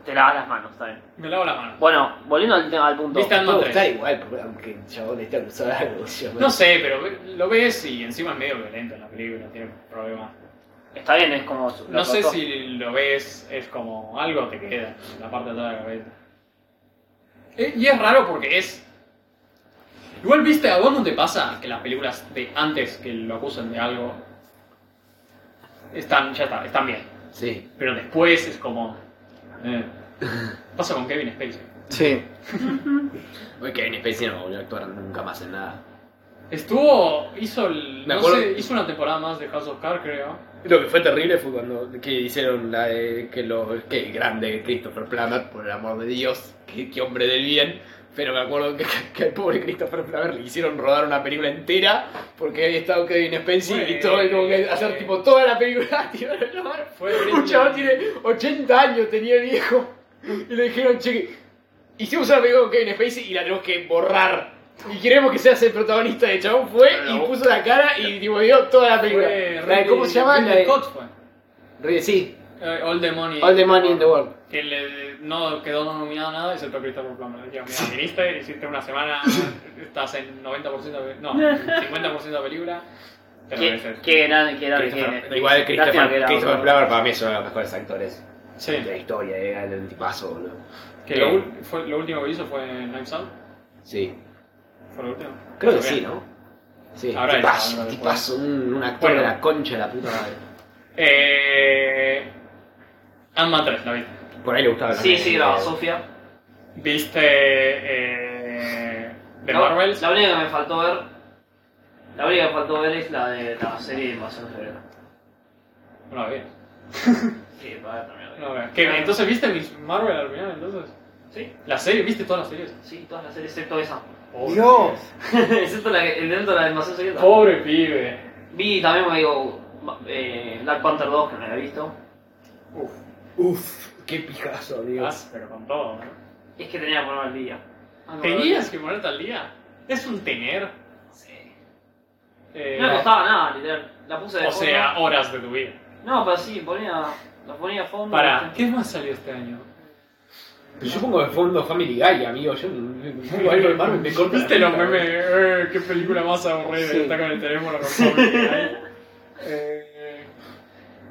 [SPEAKER 3] Te lavas las manos, está bien.
[SPEAKER 2] Me lavo la mano.
[SPEAKER 3] Bueno, volviendo al tema al punto.
[SPEAKER 2] ¿Viste Ant-Man
[SPEAKER 4] No,
[SPEAKER 2] 3?
[SPEAKER 4] está igual, porque aunque el chabón esté acusado de algo. yo me-
[SPEAKER 2] No
[SPEAKER 3] pues.
[SPEAKER 2] sé, pero ve- lo ves y encima es medio violento en la película, tiene problemas.
[SPEAKER 3] Está bien, es como. lo
[SPEAKER 2] No sé
[SPEAKER 3] cortó.
[SPEAKER 2] si lo ves, es como algo te queda en la parte de atrás de la cabeza. Eh, Y es raro porque es. Igual viste, ¿a vos no te pasa que las películas de antes que lo acusan de algo están, ya está, están bien?
[SPEAKER 4] Sí.
[SPEAKER 2] Pero después es como. eh. Pasa con Kevin Spacey.
[SPEAKER 1] Sí.
[SPEAKER 4] Hoy Kevin Spacey no volvió a actuar nunca más en nada.
[SPEAKER 2] Estuvo, hizo el,
[SPEAKER 4] Me
[SPEAKER 2] no
[SPEAKER 4] acuerdo-
[SPEAKER 2] sé, hizo una temporada más de House of Cards, creo.
[SPEAKER 4] Lo que fue terrible fue cuando que hicieron la de que lo que el grande Christopher Plummer, por el amor de Dios, que, que hombre del bien, pero me acuerdo que, que al pobre Christopher Plummer le hicieron rodar una película entera porque había estado Kevin Spacey
[SPEAKER 2] Bueno,
[SPEAKER 4] y todo y como que hacer
[SPEAKER 2] eh.
[SPEAKER 4] tipo toda la película, tío, no,
[SPEAKER 2] Fue
[SPEAKER 4] un
[SPEAKER 2] horrible.
[SPEAKER 4] chaval tiene 80 años tenía el viejo y le dijeron, "Che, hicimos una película con Kevin Spacey y la tenemos que borrar." Y queremos que seas el protagonista de chabón. Fue
[SPEAKER 2] Pero
[SPEAKER 4] y
[SPEAKER 2] la-
[SPEAKER 4] puso la cara y tipo, dio toda la película.
[SPEAKER 2] Fue
[SPEAKER 4] La de- ¿Cómo
[SPEAKER 2] Ridley-
[SPEAKER 4] se llama? La
[SPEAKER 2] Ridley
[SPEAKER 4] de-
[SPEAKER 2] Scott fue.
[SPEAKER 4] Ríe, sí.
[SPEAKER 2] Eh, All the Money.
[SPEAKER 4] All the Money in the World.
[SPEAKER 2] Que le- no quedó nominado a nada, excepto Christopher Plummer. Digo, mira, viniste, hiciste una semana, estás en 90% de, no, 50% de película. Te
[SPEAKER 3] Que
[SPEAKER 2] mereces.
[SPEAKER 3] que eran, que eran,
[SPEAKER 4] Christopher-
[SPEAKER 3] que-
[SPEAKER 4] igual
[SPEAKER 3] Lástima que
[SPEAKER 4] Christopher,
[SPEAKER 3] era
[SPEAKER 4] Christopher
[SPEAKER 3] otro.
[SPEAKER 4] Plummer para mí es uno de los mejores actores
[SPEAKER 2] Sí.
[SPEAKER 4] de la historia, era el tipazo, boludo.
[SPEAKER 2] Que lo, ul- fue, lo último que hizo fue Knives Out.
[SPEAKER 4] Sí.
[SPEAKER 2] Fue lo último.
[SPEAKER 4] Creo que
[SPEAKER 2] Bien.
[SPEAKER 4] sí, ¿no? Sí,
[SPEAKER 2] Ahora
[SPEAKER 4] tipazo,
[SPEAKER 2] está, ahora
[SPEAKER 4] tipazo, un, un actor
[SPEAKER 2] Bueno.
[SPEAKER 4] de la concha de la puta madre.
[SPEAKER 2] Eh. Ant-Man 3, la viste.
[SPEAKER 4] Por ahí le gustaba
[SPEAKER 3] Sí, sí, la
[SPEAKER 4] Sofía.
[SPEAKER 3] Sofía.
[SPEAKER 2] ¿Viste eh, de
[SPEAKER 3] La-
[SPEAKER 2] Marvel?
[SPEAKER 3] La única que me faltó ver. La única que me faltó ver es la de la serie de Invasión Secreta.
[SPEAKER 2] No la vi.
[SPEAKER 3] Sí, para también.
[SPEAKER 2] No la vi. ¿Qué, entonces viste Miss Marvel al final, entonces.
[SPEAKER 3] Sí,
[SPEAKER 2] La serie, ¿viste todas las series?
[SPEAKER 3] sí, todas las series excepto esa.
[SPEAKER 1] Dios.
[SPEAKER 3] excepto la que, dentro de la de Invasión Secreta.
[SPEAKER 2] Pobre pibe.
[SPEAKER 3] Vi también, me digo, eh, Black Panther 2 que no había visto.
[SPEAKER 2] Uf,
[SPEAKER 4] Uf, qué pijazo, Dios.
[SPEAKER 2] vas, pero con todo. ¿no?
[SPEAKER 3] Es que tenía que ponerme al día. Ah, no,
[SPEAKER 2] ¿Tenías que ponerte al día? Es un tener.
[SPEAKER 3] Sí.
[SPEAKER 2] eh,
[SPEAKER 3] No me costaba nada, literal. La puse de
[SPEAKER 2] o
[SPEAKER 3] fondo.
[SPEAKER 2] sea, horas de tu vida.
[SPEAKER 3] No, pero sí, ponía. La ponía a fondo.
[SPEAKER 2] Para,
[SPEAKER 3] ¿viste?
[SPEAKER 2] ¿qué más salió este año?
[SPEAKER 4] Pero yo pongo de fondo Family Guy, amigo. Yo me- me pongo algo de Marvel, me corta.
[SPEAKER 2] ¿Viste los memes? Eh, ¿Qué película más aburrida?
[SPEAKER 1] Sí.
[SPEAKER 2] Está con el teléfono con Family Guy. Eh,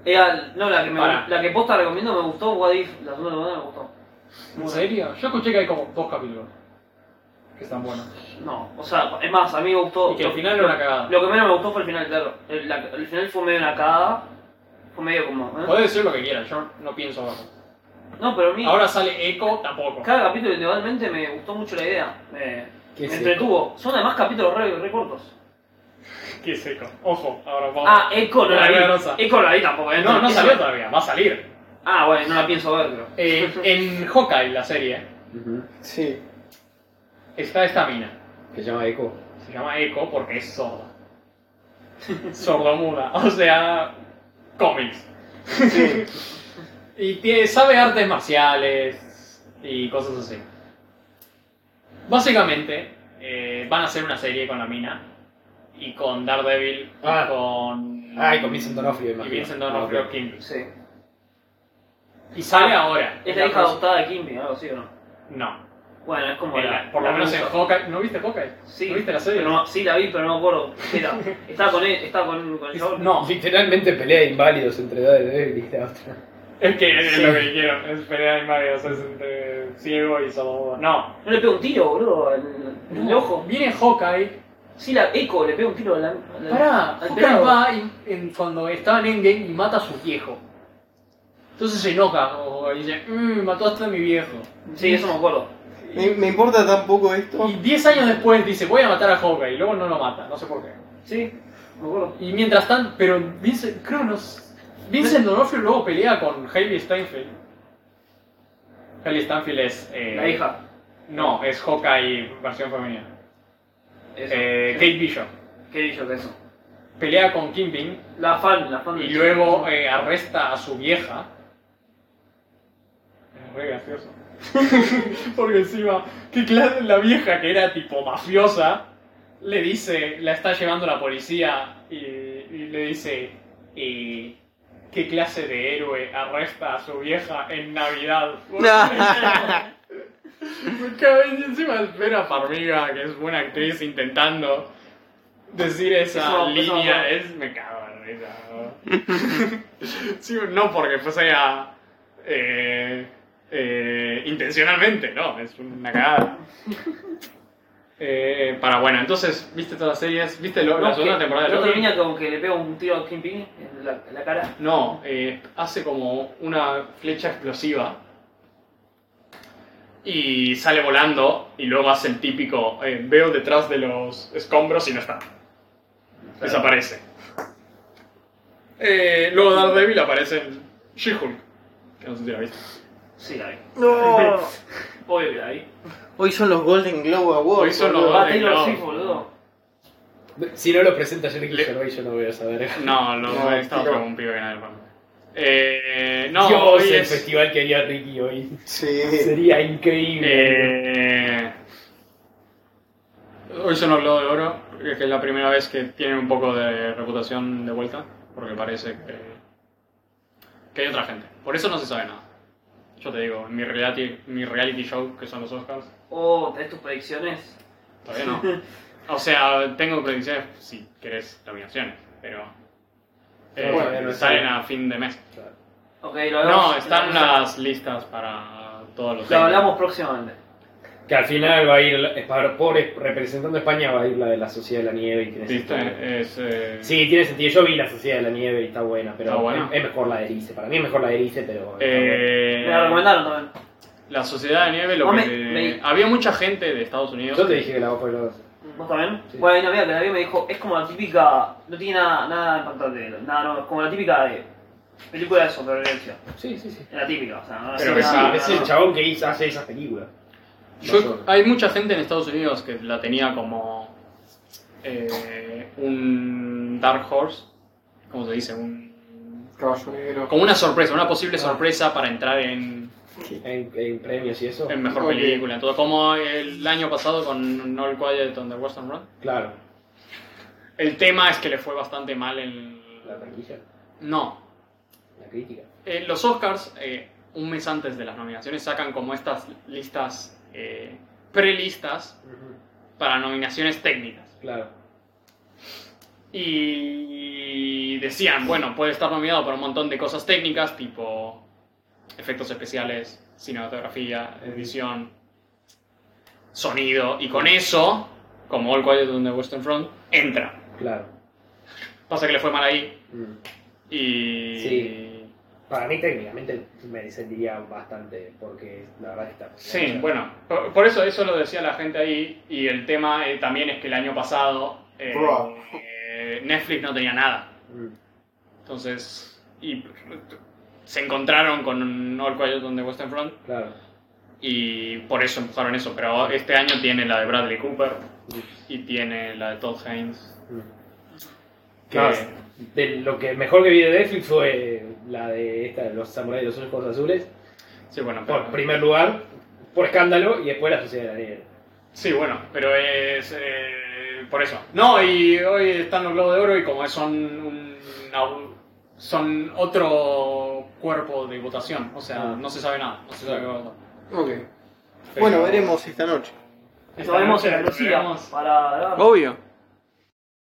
[SPEAKER 3] Era- no, la que, me,
[SPEAKER 2] Pará.
[SPEAKER 3] la que posta recomiendo me gustó, What If, la segunda temporada me gustó.
[SPEAKER 2] ¿En serio? Yo escuché que hay como dos capítulos que están buenos.
[SPEAKER 3] No, o sea, es más, a mí me gustó.
[SPEAKER 2] Y que al final era una cagada.
[SPEAKER 3] Lo que menos me gustó fue el final, claro. El, la- el final fue medio una cagada. Fue medio como. ¿eh?
[SPEAKER 2] Podés decir lo que quieras, yo no pienso abajo.
[SPEAKER 3] No, pero a mí.
[SPEAKER 2] Ahora sale Echo, tampoco.
[SPEAKER 3] Cada capítulo individualmente me gustó mucho la idea. Me,
[SPEAKER 4] ¿Qué
[SPEAKER 3] me
[SPEAKER 4] es
[SPEAKER 3] entretuvo. Son además capítulos re, re cortos.
[SPEAKER 2] ¿Qué es Echo? Ojo, ahora vamos.
[SPEAKER 3] Ah, Echo no la
[SPEAKER 2] Barbarrosa.
[SPEAKER 3] vi. Echo no la vi tampoco. ¿eh?
[SPEAKER 2] No, no
[SPEAKER 3] Eso-
[SPEAKER 2] salió todavía, va a salir.
[SPEAKER 3] Ah, bueno, no la pienso ver, creo.
[SPEAKER 2] Eh, en Hawkeye, la serie,
[SPEAKER 4] Ujú.
[SPEAKER 1] Sí.
[SPEAKER 2] está esta mina.
[SPEAKER 4] Que se llama Echo.
[SPEAKER 2] Se llama Echo porque es sorda. Sordomuda, o sea, cómics. y tiene- sabe artes marciales y cosas así. Básicamente, eh, van a hacer una serie con la mina y con Daredevil y
[SPEAKER 4] Ah.
[SPEAKER 2] con.
[SPEAKER 4] Ay, con Vincent D'Onofrio,
[SPEAKER 2] Y
[SPEAKER 4] imagino. Ah,
[SPEAKER 2] Vincent D'Onofrio Kingpis.
[SPEAKER 3] Sí.
[SPEAKER 2] Y sale ahora.
[SPEAKER 3] Es
[SPEAKER 2] en
[SPEAKER 3] la hija
[SPEAKER 2] próxima-
[SPEAKER 3] adoptada de Kimby, algo así o no.
[SPEAKER 2] No.
[SPEAKER 3] Bueno, es como
[SPEAKER 2] en
[SPEAKER 3] la.
[SPEAKER 2] la- Eh, por lo
[SPEAKER 3] la
[SPEAKER 2] menos en
[SPEAKER 3] musa.
[SPEAKER 2] Hawkeye. ¿No viste Hawkeye?
[SPEAKER 3] Sí,
[SPEAKER 2] ¿No viste la serie?
[SPEAKER 3] pero no- sí la vi, pero no me acuerdo. qué Era, estaba con él, estaba con, con el
[SPEAKER 2] Es-
[SPEAKER 3] chabón.
[SPEAKER 2] no.
[SPEAKER 4] Literalmente pelea de inválidos entre Daredevil y la otra.
[SPEAKER 2] Es que es
[SPEAKER 4] Sí.
[SPEAKER 2] lo que dijeron. Es pelea de Mario. Es entre ciego y sordomudo. No.
[SPEAKER 3] No le pega un tiro, boludo, en, en el ojo.
[SPEAKER 2] Viene Hawkeye.
[SPEAKER 3] Sí, la Echo le pega un tiro a la. a la-
[SPEAKER 2] Pará.
[SPEAKER 3] al
[SPEAKER 2] Hawkeye
[SPEAKER 3] pelado.
[SPEAKER 2] va y- en- cuando estaba en Endgame y mata a su viejo. Entonces se enoja. Hawkeye, Y dice, mmm, mataste a mi viejo.
[SPEAKER 3] Sí, eso me acuerdo.
[SPEAKER 1] Me, me importa tan poco esto.
[SPEAKER 2] Y 10 años después dice, voy a matar a Hawkeye. Y luego no lo mata. No sé por qué.
[SPEAKER 3] Sí, me acuerdo.
[SPEAKER 2] Y mientras tanto, pero Vincent, creo no s- Vincent D'Onofrio luego pelea con Hailey Steinfeld. Hailey Steinfeld es... eh,
[SPEAKER 3] La hija.
[SPEAKER 2] No, es Hawkeye versión femenina.
[SPEAKER 3] Eso.
[SPEAKER 2] Eh, Kate Bishop.
[SPEAKER 3] ¿Qué he dicho que eso?
[SPEAKER 2] Pelea con Kingpin
[SPEAKER 3] La fan, la fan.
[SPEAKER 2] y
[SPEAKER 3] del-
[SPEAKER 2] luego eh, arresta a su vieja. Es re gracioso. Porque encima, qué clase la vieja que era tipo mafiosa, le dice, la está llevando la policía y, y le dice, eh, ¿qué clase de héroe arresta a su vieja en Navidad? Cada vez encima espera Farmiga, que es buena actriz, intentando decir esa
[SPEAKER 3] Eso- eso
[SPEAKER 2] línea.
[SPEAKER 3] no.
[SPEAKER 2] es, me cago en risa. ¿no? Sí, no porque fuese a. eh, eh, intencionalmente, no, es una cagada. Eh, para bueno, entonces, ¿viste todas las series? ¿Viste lo-
[SPEAKER 3] No,
[SPEAKER 2] la segunda
[SPEAKER 3] que-
[SPEAKER 2] temporada de
[SPEAKER 3] ¿No
[SPEAKER 2] Loki?
[SPEAKER 3] termina con que le pega un tiro a Kim Ping en la, en la cara?
[SPEAKER 2] No, eh, hace como una flecha explosiva y sale volando y luego hace el típico eh, veo detrás de los escombros y no está. Desaparece. Eh, luego Daredevil aparece en She-Hulk. Que no sé si la viste.
[SPEAKER 3] Sí, la vi.
[SPEAKER 1] No.
[SPEAKER 3] Obvio que la vi.
[SPEAKER 1] Hoy son los Golden Globe Awards.
[SPEAKER 2] Hoy son los
[SPEAKER 1] boludo.
[SPEAKER 2] Golden
[SPEAKER 3] Va Taylor
[SPEAKER 2] no.
[SPEAKER 3] Swift, boludo.
[SPEAKER 4] Si no lo presenta Jerry
[SPEAKER 2] Le-
[SPEAKER 4] Killer hoy, yo no voy a saber.
[SPEAKER 2] No, no,
[SPEAKER 1] No,
[SPEAKER 2] estaba
[SPEAKER 1] no.
[SPEAKER 2] con un pibe que nadie conoce. Eh, no,
[SPEAKER 4] Dios,
[SPEAKER 2] hoy
[SPEAKER 4] el
[SPEAKER 2] es-
[SPEAKER 4] festival que haría Ricky hoy.
[SPEAKER 1] Sí.
[SPEAKER 4] Sería increíble.
[SPEAKER 2] Eh, hoy son los Globos de Oro, que es la primera vez que tienen un poco de reputación de vuelta, porque parece que, que hay otra gente. Por eso no se sabe nada. Yo te digo, en mi reality, mi reality show, que son los Oscars,
[SPEAKER 3] Oh, ¿tenés tus predicciones?
[SPEAKER 2] todavía no. O sea, tengo predicciones, si querés, nominaciones, pero eh,
[SPEAKER 4] Bueno, ya no está
[SPEAKER 2] salen
[SPEAKER 4] bien.
[SPEAKER 2] a fin de mes.
[SPEAKER 3] Ok, lo hablamos.
[SPEAKER 2] No, están las listas para todos los...
[SPEAKER 3] Lo hablamos próximamente.
[SPEAKER 4] Que al final va a ir, es para- pobre, representando a España, va a ir la de la Sociedad de la Nieve. Y tiene sentido.
[SPEAKER 2] ¿Viste? Es, eh,
[SPEAKER 4] Sí, tiene sentido. Yo vi la Sociedad de la Nieve y está buena, pero
[SPEAKER 2] Está buena.
[SPEAKER 4] Es, es mejor la de Erice. Para mí es mejor la de Erice, pero. está buena.
[SPEAKER 2] eh,
[SPEAKER 3] Me la recomendaron también.
[SPEAKER 2] La Sociedad de Nieve, lo
[SPEAKER 4] Ah,
[SPEAKER 3] No,
[SPEAKER 2] que.
[SPEAKER 3] me- me-
[SPEAKER 2] Había mucha gente de Estados Unidos.
[SPEAKER 4] Yo te dije que la voy a los
[SPEAKER 3] ¿Vos también?
[SPEAKER 4] Sí.
[SPEAKER 3] Bueno, hay una amiga que la vi y me dijo, es como la típica, no tiene nada, nada impactante, nada, no, es como la típica de película de supervivencia.
[SPEAKER 4] Sí, sí, sí.
[SPEAKER 3] Es la típica, o sea, no
[SPEAKER 2] Pero
[SPEAKER 3] no,
[SPEAKER 2] es-
[SPEAKER 3] nada,
[SPEAKER 4] es
[SPEAKER 3] nada.
[SPEAKER 4] el chabón que hizo, hace esas películas.
[SPEAKER 2] Yo-
[SPEAKER 4] Nosotros.
[SPEAKER 2] hay mucha gente en Estados Unidos que la tenía como. eh, un Dark Horse. ¿Cómo se dice? Un,
[SPEAKER 1] Caballo negro.
[SPEAKER 2] como una sorpresa, una
[SPEAKER 4] Ah.
[SPEAKER 2] posible sorpresa para entrar en,
[SPEAKER 4] En, en premios y eso.
[SPEAKER 2] en mejor
[SPEAKER 1] Ok.
[SPEAKER 2] película. en todo. como el año pasado con No Quiet on the Western Front.
[SPEAKER 4] Claro.
[SPEAKER 2] El tema es que le fue bastante mal en.
[SPEAKER 4] La taquilla.
[SPEAKER 2] No,
[SPEAKER 4] La crítica.
[SPEAKER 2] Eh, los Oscars eh, un mes antes de las nominaciones, sacan como estas listas, eh, prelistas para nominaciones técnicas.
[SPEAKER 5] Claro.
[SPEAKER 2] Y decían, bueno, puede estar nominado para un montón de cosas técnicas, tipo efectos especiales, cinematografía, edición, sonido, y con eso, como All Quiet on the Western Front, entra.
[SPEAKER 5] Claro.
[SPEAKER 2] Pasa que le fue mal ahí
[SPEAKER 5] Mm.
[SPEAKER 2] y...
[SPEAKER 5] Sí. Para mí técnicamente me sentiría bastante, porque la verdad está...
[SPEAKER 2] Sí, bueno, por, por eso eso lo decía la gente ahí y el tema eh, también es que el año pasado eh,
[SPEAKER 1] Bro.
[SPEAKER 2] eh, Netflix no tenía nada.
[SPEAKER 5] Mm.
[SPEAKER 2] Entonces, y se encontraron con All Quiet on the Western Front
[SPEAKER 5] Claro.
[SPEAKER 2] y por eso empujaron eso. Pero este año tiene la de Bradley Cooper y tiene la de Todd Haynes.
[SPEAKER 5] Mm.
[SPEAKER 2] que-
[SPEAKER 5] No, de lo que mejor que vi de Netflix fue la de esta, los samuráis de los ojos azules.
[SPEAKER 2] sí, bueno, pero-
[SPEAKER 5] Por primer lugar, por escándalo, y después la sociedad de la nieve.
[SPEAKER 2] sí, bueno, pero es eh, por eso. No, y hoy están los Globos de Oro y como son un- una- son otro cuerpo de votación. O sea,
[SPEAKER 5] Ah.
[SPEAKER 2] no se sabe nada. No se sabe qué va a pasar.
[SPEAKER 1] Ok.
[SPEAKER 2] Pero-
[SPEAKER 1] Bueno, veremos esta noche.
[SPEAKER 3] Esto lo vemos en la
[SPEAKER 2] Veremos.
[SPEAKER 3] Lucía. Para.
[SPEAKER 1] Obvio.